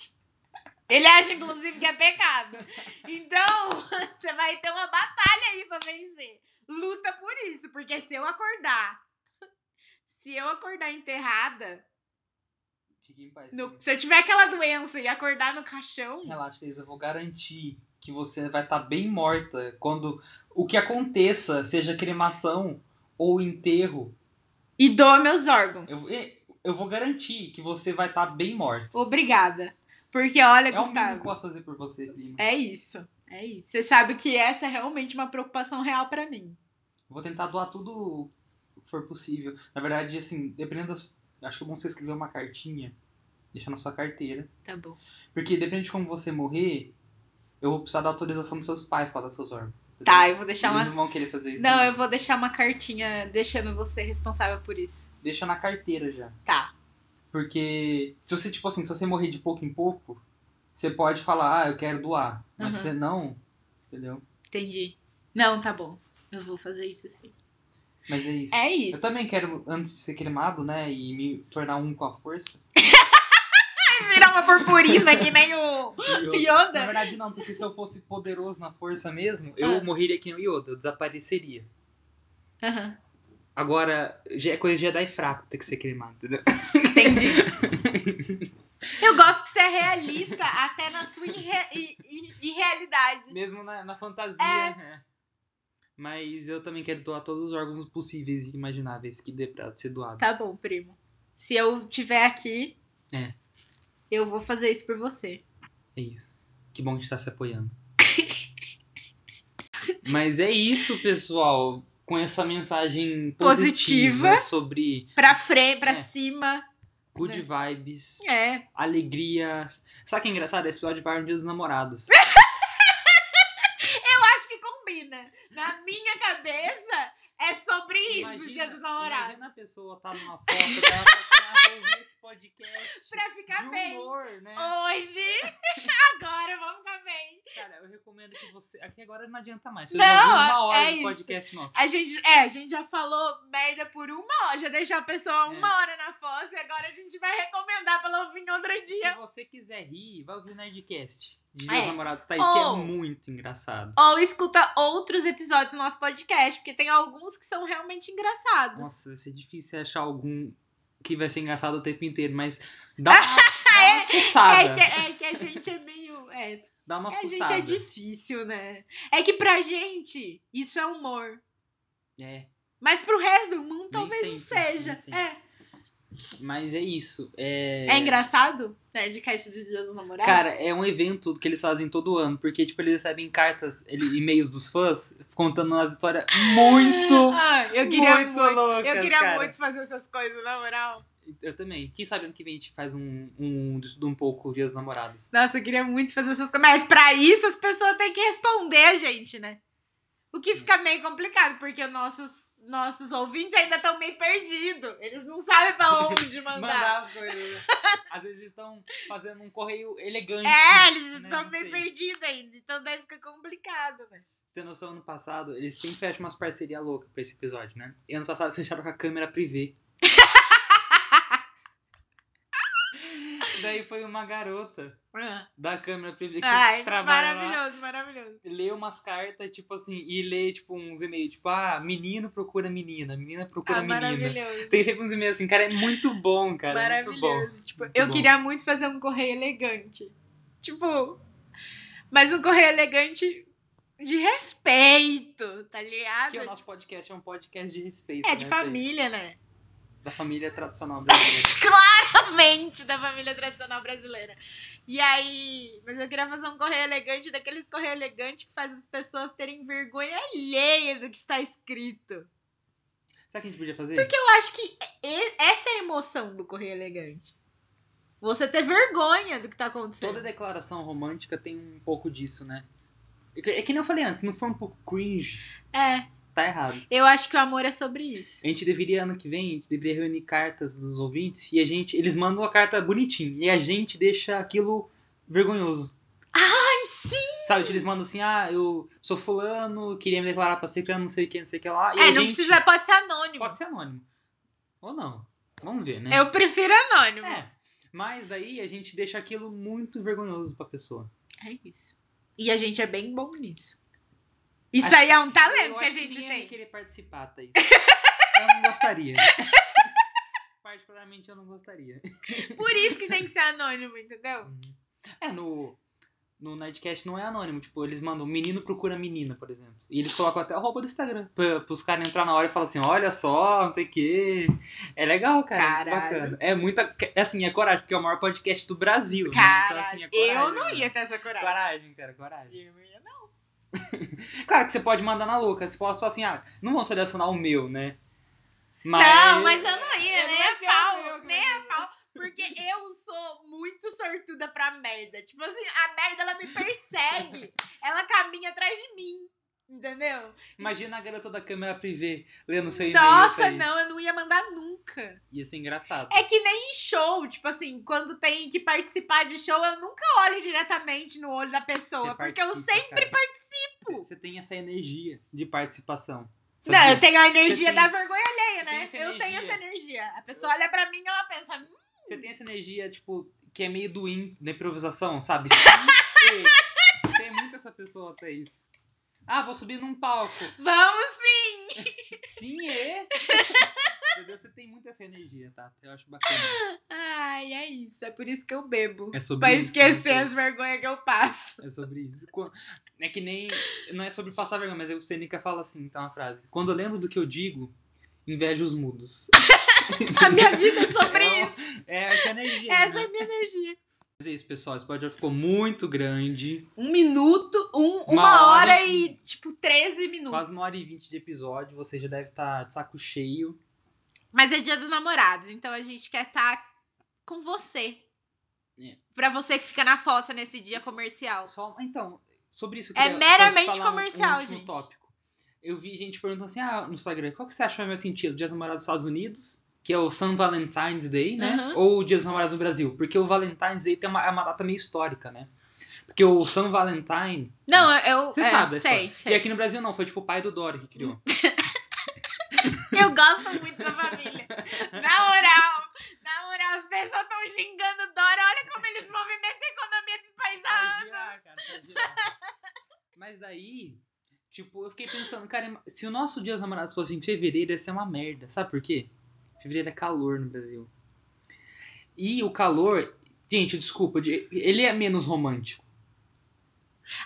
[SPEAKER 2] Ele acha, inclusive, que é pecado. Então, você vai ter uma batalha aí pra vencer. Luta por isso, porque se eu acordar, se eu acordar enterrada,
[SPEAKER 1] Fique em paz.
[SPEAKER 2] No- se eu tiver aquela doença e acordar no caixão,
[SPEAKER 1] Relaxa, Thaís, eu vou garantir que você vai estar bem morta quando o que aconteça, seja cremação ou enterro,
[SPEAKER 2] e dou meus órgãos.
[SPEAKER 1] eu, e- eu vou garantir que você vai estar bem morta.
[SPEAKER 2] Obrigada. Porque olha,
[SPEAKER 1] É o mínimo que eu
[SPEAKER 2] Gustavo,
[SPEAKER 1] posso fazer por você, prima.
[SPEAKER 2] é isso. É isso. Você sabe que essa é realmente uma preocupação real pra mim.
[SPEAKER 1] Vou tentar doar tudo o que for possível. Na verdade, assim, dependendo das... Acho que é bom você escrever uma cartinha, deixar na sua carteira.
[SPEAKER 2] Tá bom.
[SPEAKER 1] Porque depende de como você morrer, eu vou precisar da autorização dos seus pais para dar seus órgãos.
[SPEAKER 2] Tá,
[SPEAKER 1] entendeu?
[SPEAKER 2] eu vou deixar
[SPEAKER 1] Eles
[SPEAKER 2] uma.
[SPEAKER 1] não vão querer fazer isso.
[SPEAKER 2] Não,
[SPEAKER 1] também.
[SPEAKER 2] eu vou deixar uma cartinha deixando você responsável por isso.
[SPEAKER 1] Deixa na carteira já.
[SPEAKER 2] Tá.
[SPEAKER 1] Porque se você, tipo assim, se você morrer de pouco em pouco, você pode falar, ah, eu quero doar. Mas
[SPEAKER 2] Aham.
[SPEAKER 1] se você não, entendeu?
[SPEAKER 2] Entendi. Não, tá bom. Eu vou fazer isso sim.
[SPEAKER 1] Mas é isso.
[SPEAKER 2] É
[SPEAKER 1] Eu
[SPEAKER 2] isso.
[SPEAKER 1] também quero, antes de ser cremado, né, e me tornar um com a força.
[SPEAKER 2] Virar uma purpurina que nem o
[SPEAKER 1] Eu- Na
[SPEAKER 2] Yoda.
[SPEAKER 1] verdade, não, porque se eu fosse poderoso na força mesmo, eu
[SPEAKER 2] Ah.
[SPEAKER 1] morreria que nem o Yoda, eu desapareceria.
[SPEAKER 2] Aham.
[SPEAKER 1] Agora, já é coisa de Jedi fraco ter que ser cremado, entendeu?
[SPEAKER 2] Entendi. Eu gosto que você é realista até na sua irre- i- i- irrealidade.
[SPEAKER 1] Mesmo na, na fantasia.
[SPEAKER 2] É.
[SPEAKER 1] é. Mas eu também quero doar todos os órgãos possíveis e imagináveis que dê pra ser doado.
[SPEAKER 2] Tá bom, primo. Se eu tiver aqui,
[SPEAKER 1] É.
[SPEAKER 2] eu vou fazer isso por você.
[SPEAKER 1] É isso. Que bom que a gente tá se apoiando. Mas é isso, pessoal. Com essa mensagem positiva,
[SPEAKER 2] Positiva.
[SPEAKER 1] sobre
[SPEAKER 2] Pra frente, pra
[SPEAKER 1] É.
[SPEAKER 2] cima.
[SPEAKER 1] good vibes,
[SPEAKER 2] É.
[SPEAKER 1] alegria. Sabe o que é engraçado? Esse episódio vai no dia dos namorados.
[SPEAKER 2] É Eu acho que combina. Na minha cabeça, é sobre isso, dia dos namorados.
[SPEAKER 1] Imagina a pessoa tá numa foto dela assim, ah, vou ouvir esse podcast.
[SPEAKER 2] Pra ficar
[SPEAKER 1] de
[SPEAKER 2] bem.
[SPEAKER 1] humor, né?
[SPEAKER 2] Hoje, agora, vamos ficar bem.
[SPEAKER 1] Cara, eu recomendo que você. Aqui agora não adianta mais. Você
[SPEAKER 2] Não,
[SPEAKER 1] já ouviu uma
[SPEAKER 2] é
[SPEAKER 1] hora do
[SPEAKER 2] isso.
[SPEAKER 1] podcast nosso.
[SPEAKER 2] A gente, é, a gente já falou merda por uma hora, já deixou a
[SPEAKER 1] É.
[SPEAKER 2] pessoa uma hora na fossa e agora a gente vai recomendar pra ela ouvir em outro
[SPEAKER 1] Se
[SPEAKER 2] dia.
[SPEAKER 1] você quiser rir, vai ouvir o Nerdcast. Dia
[SPEAKER 2] É.
[SPEAKER 1] dos namorados, Thaís, que é
[SPEAKER 2] Ou-
[SPEAKER 1] muito engraçado.
[SPEAKER 2] Ou escuta outros episódios do nosso podcast, porque tem alguns que são realmente engraçados.
[SPEAKER 1] Nossa, vai ser difícil achar algum que vai ser engraçado o tempo inteiro, mas dá uma, dá uma
[SPEAKER 2] É
[SPEAKER 1] fuçada.
[SPEAKER 2] que, é que a gente é meio. É,
[SPEAKER 1] Dá uma
[SPEAKER 2] a gente
[SPEAKER 1] fuçada.
[SPEAKER 2] é difícil, né? É que pra gente, isso é humor.
[SPEAKER 1] É,
[SPEAKER 2] Mas pro resto do mundo, talvez não
[SPEAKER 1] sempre, né? nem
[SPEAKER 2] seja.
[SPEAKER 1] sempre.
[SPEAKER 2] É.
[SPEAKER 1] mas é isso. É,
[SPEAKER 2] é engraçado? Nerdcast dos Dias dos Namorados?
[SPEAKER 1] Cara, é um evento que eles fazem todo ano, porque, tipo, eles recebem cartas, ele- e-mails dos fãs contando umas histórias muito,
[SPEAKER 2] Ah, eu queria
[SPEAKER 1] muito,
[SPEAKER 2] muito.
[SPEAKER 1] loucas,
[SPEAKER 2] eu queria
[SPEAKER 1] cara.
[SPEAKER 2] muito fazer essas coisas, na moral.
[SPEAKER 1] Eu também. Quem sabe ano que vem a gente faz um, um, de um pouco Dias dos Namorados.
[SPEAKER 2] Nossa, eu queria muito fazer essas coisas. Mas pra isso as pessoas têm que responder a gente, né? O que fica meio complicado, porque os nossos, nossos ouvintes ainda estão meio perdidos. Eles não sabem pra onde mandar.
[SPEAKER 1] Mandar as coisas. né? Às vezes eles estão fazendo um correio elegante.
[SPEAKER 2] É, eles
[SPEAKER 1] Né,
[SPEAKER 2] estão
[SPEAKER 1] não
[SPEAKER 2] meio
[SPEAKER 1] sei.
[SPEAKER 2] perdidos ainda. Então daí fica complicado, né?
[SPEAKER 1] Tem noção, ano passado, eles sempre fecham umas parcerias loucas pra esse episódio, né? E ano passado fecharam com a câmera privê. Daí foi uma garota
[SPEAKER 2] Ah.
[SPEAKER 1] da câmera privê É, que
[SPEAKER 2] Ai,
[SPEAKER 1] trabalha lá.
[SPEAKER 2] maravilhoso, maravilhoso.
[SPEAKER 1] lê umas cartas, tipo assim, e lê, tipo, uns e-mails, tipo, ah, menino procura menina, menina procura
[SPEAKER 2] Ah,
[SPEAKER 1] menina.
[SPEAKER 2] maravilhoso.
[SPEAKER 1] Tem sempre uns e-mails assim, cara, é muito bom, cara. é Muito bom.
[SPEAKER 2] maravilhoso. Tipo,
[SPEAKER 1] Muito
[SPEAKER 2] eu
[SPEAKER 1] bom.
[SPEAKER 2] queria muito fazer um correio elegante. Tipo, mas um correio elegante de respeito, tá ligado?
[SPEAKER 1] Aqui o nosso podcast é um podcast de respeito.
[SPEAKER 2] É, de
[SPEAKER 1] né,
[SPEAKER 2] família, né?
[SPEAKER 1] Thaís? Da família tradicional brasileira.
[SPEAKER 2] Realmente, da família tradicional brasileira. E aí, mas eu queria fazer um correio elegante, daqueles correio elegante que faz as pessoas terem vergonha alheia do que está escrito.
[SPEAKER 1] Sabe o que a gente podia fazer? Porque
[SPEAKER 2] Eu acho que e- essa é a emoção do correio elegante. Você ter vergonha do que tá acontecendo.
[SPEAKER 1] toda declaração romântica tem um pouco disso, né? É que- É que nem eu falei antes, se não for um pouco cringe,
[SPEAKER 2] É,
[SPEAKER 1] tá errado.
[SPEAKER 2] eu acho que o amor é sobre isso.
[SPEAKER 1] A gente deveria, ano que vem, a gente deveria reunir cartas dos ouvintes e a gente. Eles mandam a carta bonitinha e a gente deixa aquilo vergonhoso.
[SPEAKER 2] Ai, sim!
[SPEAKER 1] Sabe, eles mandam assim, ah, eu sou fulano, queria me declarar pra ciclano, não sei o que, não sei o que lá. E
[SPEAKER 2] é,
[SPEAKER 1] a
[SPEAKER 2] não
[SPEAKER 1] gente-
[SPEAKER 2] precisa, pode ser anônimo.
[SPEAKER 1] Pode ser anônimo. Ou não. Vamos ver, né?
[SPEAKER 2] É, Eu prefiro anônimo. É.
[SPEAKER 1] É. Mas daí a gente deixa aquilo muito vergonhoso pra pessoa.
[SPEAKER 2] É isso. E a gente é bem bom nisso. Isso aí é um talento
[SPEAKER 1] Eu
[SPEAKER 2] que a
[SPEAKER 1] acho
[SPEAKER 2] gente
[SPEAKER 1] ninguém ia
[SPEAKER 2] tem.
[SPEAKER 1] querer participar, Thaís. Eu não gostaria. particularmente eu não gostaria.
[SPEAKER 2] Por isso que tem que ser anônimo, entendeu?
[SPEAKER 1] É, no, no Nerdcast não é anônimo. Tipo, eles mandam menino procura menina, por exemplo. E eles colocam até a roupa do Instagram. Pra, pros caras entrar na hora e falar assim, olha só, não sei o quê. É legal, cara. é muito
[SPEAKER 2] Caralho.
[SPEAKER 1] bacana. É muita. é Assim, é coragem, porque é o maior podcast do Brasil. né? Então,
[SPEAKER 2] Cara,
[SPEAKER 1] assim, é coragem,
[SPEAKER 2] eu não
[SPEAKER 1] né?
[SPEAKER 2] ia ter essa coragem.
[SPEAKER 1] Coragem, cara, coragem.
[SPEAKER 2] Eu não ia, não.
[SPEAKER 1] Claro tipo, que você pode mandar na louca. Você pode falar assim, ah, não vão selecionar o meu, né?
[SPEAKER 2] Não, mas eu não ia,
[SPEAKER 1] Eu
[SPEAKER 2] nem
[SPEAKER 1] não ia
[SPEAKER 2] a
[SPEAKER 1] ser
[SPEAKER 2] pau,
[SPEAKER 1] anônimo,
[SPEAKER 2] nem a pau. Porque eu sou muito sortuda pra merda. Tipo assim, a merda ela me persegue. Ela caminha atrás de mim. Entendeu?
[SPEAKER 1] Imagina a garota da câmera privê lendo seu e-mail.
[SPEAKER 2] Nossa,
[SPEAKER 1] pra isso.
[SPEAKER 2] não, eu não ia mandar nunca.
[SPEAKER 1] Ia ser engraçado.
[SPEAKER 2] É que nem em show, tipo assim, quando tem que participar de show, eu nunca olho diretamente no olho da pessoa,
[SPEAKER 1] Você
[SPEAKER 2] porque eu
[SPEAKER 1] participa,
[SPEAKER 2] sempre
[SPEAKER 1] cara.
[SPEAKER 2] participo.
[SPEAKER 1] Você tem essa energia de participação.
[SPEAKER 2] Não, eu
[SPEAKER 1] Sabia?
[SPEAKER 2] tenho a energia
[SPEAKER 1] tem-
[SPEAKER 2] da vergonha
[SPEAKER 1] você
[SPEAKER 2] alheia, né?
[SPEAKER 1] tem essa
[SPEAKER 2] Eu tenho
[SPEAKER 1] energia.
[SPEAKER 2] essa energia. A pessoa olha pra mim e ela pensa, "Hum,
[SPEAKER 1] Você tem essa energia, tipo, que é meio do in da improvisação, sabe? Sim, Ei, Tem muito essa pessoa até isso. Ah, vou subir num palco.
[SPEAKER 2] vamos sim!
[SPEAKER 1] Sim, é. Entendeu? Você tem muito essa energia, tá? Eu acho bacana.
[SPEAKER 2] Ai, é isso. É por isso que eu bebo.
[SPEAKER 1] É sobre
[SPEAKER 2] Pra
[SPEAKER 1] isso,
[SPEAKER 2] esquecer
[SPEAKER 1] né?
[SPEAKER 2] as vergonhas que eu passo.
[SPEAKER 1] É sobre isso. Quan- É que nem. Não é sobre passar vergonha, mas o Seneca fala assim, tá uma frase. Quando eu lembro do que eu digo, invejo os mudos.
[SPEAKER 2] A minha vida é sobre
[SPEAKER 1] É uma-
[SPEAKER 2] isso.
[SPEAKER 1] É essa energia.
[SPEAKER 2] Essa
[SPEAKER 1] né?
[SPEAKER 2] é a minha energia.
[SPEAKER 1] Mas é isso, pessoal. Esse podcast ficou muito grande.
[SPEAKER 2] Um minuto, um, uma,
[SPEAKER 1] Uma
[SPEAKER 2] hora,
[SPEAKER 1] hora
[SPEAKER 2] e, tipo, 13 minutos.
[SPEAKER 1] Quase uma hora e vinte de episódio. Você já deve estar de saco cheio.
[SPEAKER 2] Mas é dia dos namorados, então a gente quer estar com você.
[SPEAKER 1] É.
[SPEAKER 2] Pra você que fica na fossa nesse dia comercial.
[SPEAKER 1] Só, então, sobre isso eu
[SPEAKER 2] É
[SPEAKER 1] queria-
[SPEAKER 2] meramente
[SPEAKER 1] posso falar um-
[SPEAKER 2] comercial,
[SPEAKER 1] um último
[SPEAKER 2] gente.
[SPEAKER 1] tópico. Eu vi gente perguntando assim, ah, no Instagram, qual que você acha mais sentido? Dia dos Namorados dos Estados Unidos, que é o San Valentine's Day, né?
[SPEAKER 2] Uhum.
[SPEAKER 1] Ou o Dia dos Namorados do Brasil? Porque o Valentine's Day tem uma, é uma data meio histórica, né? Porque o San Valentine...
[SPEAKER 2] Não, eu.
[SPEAKER 1] Você
[SPEAKER 2] é,
[SPEAKER 1] sabe a
[SPEAKER 2] sei,
[SPEAKER 1] E
[SPEAKER 2] sei.
[SPEAKER 1] aqui no Brasil não, foi tipo o pai do Dori que criou.
[SPEAKER 2] Eu gosto muito da família. Na moral, na moral, as pessoas estão xingando Dora. Olha como eles movimentam a economia desse país há
[SPEAKER 1] Vai girar, cara, vai girar. Mas daí, tipo, eu fiquei pensando, cara, se o nosso Dia dos Namorados fosse em fevereiro, ia ser uma merda. Sabe por quê? Fevereiro é calor no Brasil. E o calor, gente, desculpa, de- ele é menos romântico.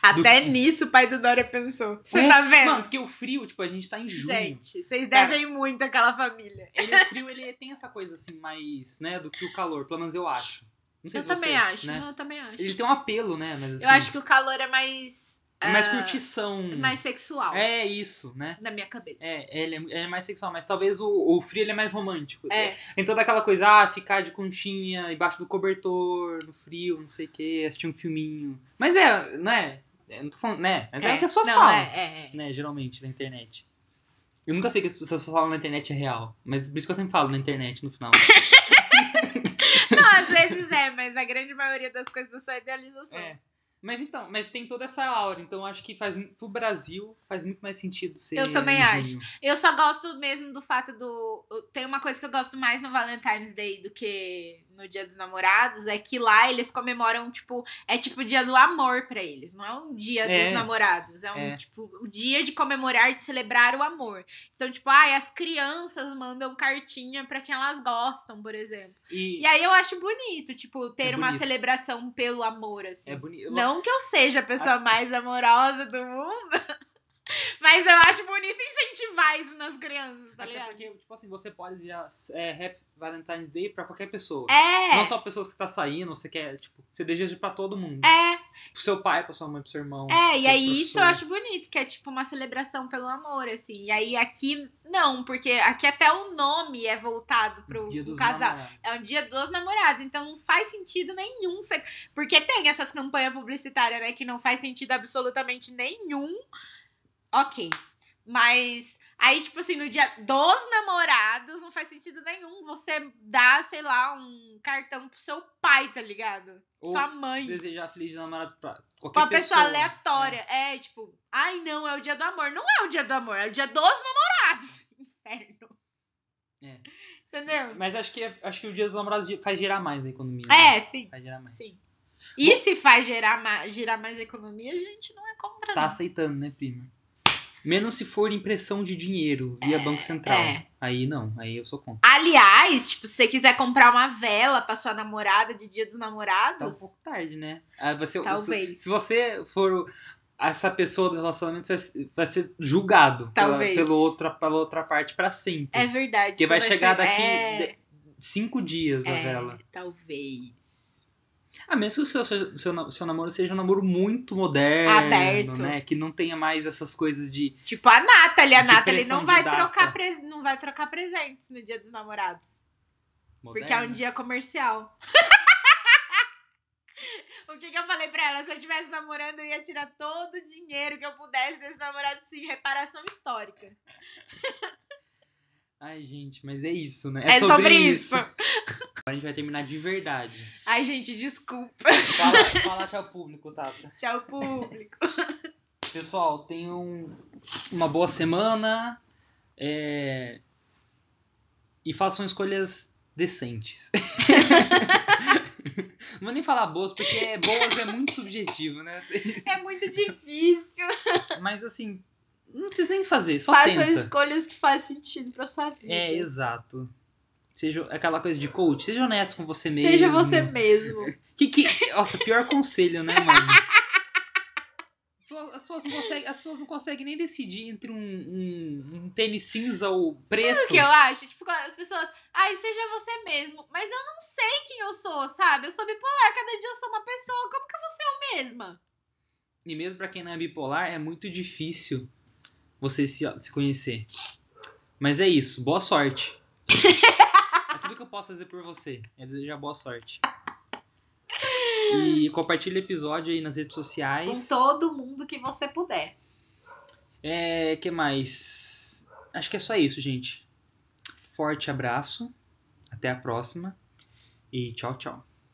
[SPEAKER 2] Até
[SPEAKER 1] Do-
[SPEAKER 2] nisso o pai do Dória pensou. Você
[SPEAKER 1] É,
[SPEAKER 2] tá vendo?
[SPEAKER 1] Mano, porque o frio, tipo, a gente tá em junho. Tá.
[SPEAKER 2] Gente, vocês
[SPEAKER 1] Cara.
[SPEAKER 2] devem muito àquela família.
[SPEAKER 1] Ele é frio, ele tem essa coisa assim, mais, né, do que o calor, pelo menos eu acho. Não sei
[SPEAKER 2] Eu
[SPEAKER 1] se
[SPEAKER 2] também
[SPEAKER 1] você,
[SPEAKER 2] acho.
[SPEAKER 1] né?
[SPEAKER 2] Não, eu também acho.
[SPEAKER 1] Ele tem um apelo, né? Mas, assim,
[SPEAKER 2] Eu acho que o calor é mais.
[SPEAKER 1] é mais
[SPEAKER 2] ah,
[SPEAKER 1] curtição.
[SPEAKER 2] Mais sexual.
[SPEAKER 1] É isso, né?
[SPEAKER 2] Na minha cabeça.
[SPEAKER 1] É, ele é, ele é mais sexual, mas talvez o, o frio ele é mais romântico.
[SPEAKER 2] É.
[SPEAKER 1] Tem toda aquela coisa, ah, ficar de conchinha embaixo do cobertor, no frio, não sei o quê, assistir um filminho. Mas é, né? Eu não tô falando, né? Mas é, que as pessoas
[SPEAKER 2] não,
[SPEAKER 1] falam,
[SPEAKER 2] É, é, é.
[SPEAKER 1] né? Geralmente na internet. Eu nunca sei que as pessoas falam na internet é real, mas por isso que eu sempre falo na internet no final.
[SPEAKER 2] Não, às vezes é, mas a grande maioria das coisas é só idealização.
[SPEAKER 1] é. Mas então, mas tem toda essa aura, então eu acho que faz mu- pro Brasil faz muito mais sentido ser.
[SPEAKER 2] Eu também
[SPEAKER 1] em
[SPEAKER 2] acho.
[SPEAKER 1] junho.
[SPEAKER 2] Eu só gosto mesmo do fato do. Tem uma coisa que eu gosto mais no Valentine's Day do que no Dia dos Namorados, é que lá eles comemoram, tipo, é tipo o dia do amor pra eles, não é um dia
[SPEAKER 1] É.
[SPEAKER 2] dos namorados, é um,
[SPEAKER 1] É.
[SPEAKER 2] tipo, o dia de comemorar, de celebrar o amor. Então, tipo, ai, as crianças mandam cartinha pra quem elas gostam, por exemplo.
[SPEAKER 1] E,
[SPEAKER 2] E aí eu acho bonito, tipo, ter
[SPEAKER 1] É
[SPEAKER 2] uma
[SPEAKER 1] bonito.
[SPEAKER 2] celebração pelo amor, assim.
[SPEAKER 1] é bonito.
[SPEAKER 2] Não que eu seja a pessoa mais amorosa do mundo, mas eu acho bonito incentivar isso nas crianças, tá
[SPEAKER 1] Até
[SPEAKER 2] ligado?
[SPEAKER 1] porque, tipo assim, você pode desejar é, Happy Valentine's Day pra qualquer pessoa. Não
[SPEAKER 2] É,
[SPEAKER 1] só pessoas que você tá saindo, você quer, tipo, você deseja pra todo mundo.
[SPEAKER 2] é,
[SPEAKER 1] Pro seu pai, pra sua mãe, pro seu irmão.
[SPEAKER 2] é.
[SPEAKER 1] pro
[SPEAKER 2] E
[SPEAKER 1] um seu
[SPEAKER 2] aí isso eu
[SPEAKER 1] professor.
[SPEAKER 2] acho bonito, que é tipo uma celebração pelo amor, assim. E aí aqui, não, porque aqui até o nome é voltado pro
[SPEAKER 1] Dia
[SPEAKER 2] pro
[SPEAKER 1] dos
[SPEAKER 2] casal.
[SPEAKER 1] namorados.
[SPEAKER 2] É um dia dos namorados, então não faz sentido nenhum. você- Porque tem essas campanhas publicitárias, né? Que não faz sentido absolutamente nenhum. Ok. Mas aí, tipo assim, no dia dos namorados, não faz sentido nenhum você dar, sei lá, um cartão pro seu pai, tá ligado?
[SPEAKER 1] Ou
[SPEAKER 2] Sua mãe.
[SPEAKER 1] Desejar feliz dia namorado pra qualquer
[SPEAKER 2] Pra uma pessoa aleatória. É. tipo, ai não, é o dia do amor. Não é o dia do amor, é o dia dos namorados. Inferno.
[SPEAKER 1] É. É.
[SPEAKER 2] Entendeu?
[SPEAKER 1] Mas acho que, acho que o dia dos namorados faz girar mais a economia. né?
[SPEAKER 2] É, sim.
[SPEAKER 1] Faz girar mais.
[SPEAKER 2] Sim. E se faz gerar ma girar mais economia, a gente não é contra,
[SPEAKER 1] Tá
[SPEAKER 2] não.
[SPEAKER 1] aceitando, né, prima? Menos se for impressão de dinheiro via Banco Central.
[SPEAKER 2] é.
[SPEAKER 1] Aí não, aí eu sou contra.
[SPEAKER 2] Aliás, tipo, se você quiser comprar uma vela pra sua namorada de dia
[SPEAKER 1] Tá
[SPEAKER 2] dos
[SPEAKER 1] um
[SPEAKER 2] namorados,
[SPEAKER 1] pouco tarde, né? Ah, você,
[SPEAKER 2] Talvez.
[SPEAKER 1] Se, se você for o- essa pessoa do relacionamento, você vai se- vai ser julgado pela-
[SPEAKER 2] Talvez.
[SPEAKER 1] pela outra, pela outra parte pra sempre.
[SPEAKER 2] é verdade.
[SPEAKER 1] Porque
[SPEAKER 2] isso
[SPEAKER 1] vai chegar
[SPEAKER 2] ser-
[SPEAKER 1] daqui
[SPEAKER 2] é,
[SPEAKER 1] de- cinco dias a
[SPEAKER 2] é,
[SPEAKER 1] vela.
[SPEAKER 2] Talvez.
[SPEAKER 1] A menos que o seu, seu, seu na- seu namoro seja um namoro muito moderno,
[SPEAKER 2] Aberto.
[SPEAKER 1] né? Que não tenha mais essas coisas de.
[SPEAKER 2] Tipo a Nathalie. A
[SPEAKER 1] De
[SPEAKER 2] Nathalie
[SPEAKER 1] pressão
[SPEAKER 2] não vai,
[SPEAKER 1] de data.
[SPEAKER 2] trocar pres- não vai trocar presentes no dia dos namorados. Porque é um
[SPEAKER 1] moderno.
[SPEAKER 2] dia comercial. o que, que eu falei pra ela? Se eu estivesse namorando, eu ia tirar todo o dinheiro que eu pudesse desse namorado, sim, reparação histórica.
[SPEAKER 1] Ai, gente, mas é isso, né?
[SPEAKER 2] É, sobre isso.
[SPEAKER 1] Agora a gente vai terminar de verdade.
[SPEAKER 2] Ai, gente, desculpa.
[SPEAKER 1] Fala, fala tchau público, tá? Tata.
[SPEAKER 2] Tchau, público.
[SPEAKER 1] Pessoal, tenham uma boa semana. é, E façam escolhas decentes. Não vou nem falar boas, porque é- boas é muito subjetivo, né?
[SPEAKER 2] É muito difícil.
[SPEAKER 1] Mas assim, não precisa nem fazer, só
[SPEAKER 2] Façam
[SPEAKER 1] tenta.
[SPEAKER 2] escolhas que faz sentido pra sua vida.
[SPEAKER 1] É, exato. Seja aquela coisa de coach, seja honesto com você mesmo.
[SPEAKER 2] Seja você mesmo.
[SPEAKER 1] Que, que... Nossa, pior conselho, né, mano? As pessoas- As pessoas, não conseguem, as pessoas não conseguem nem decidir entre um, um, um tênis cinza ou preto.
[SPEAKER 2] Sabe o que eu acho? Tipo, quando as pessoas. Ai, seja você mesmo. Mas eu não sei quem eu sou, sabe? Eu sou bipolar, cada dia eu sou uma pessoa. Como que eu vou ser eu mesma?
[SPEAKER 1] E mesmo pra quem não é bipolar, é muito difícil você se, se conhecer. Mas é isso, boa sorte. é tudo que eu posso fazer por você. É desejar boa sorte. E compartilha o episódio aí nas redes sociais.
[SPEAKER 2] Com todo mundo que você puder.
[SPEAKER 1] É, que mais? Acho que é só isso, gente. Forte abraço. Até a próxima. E tchau, tchau.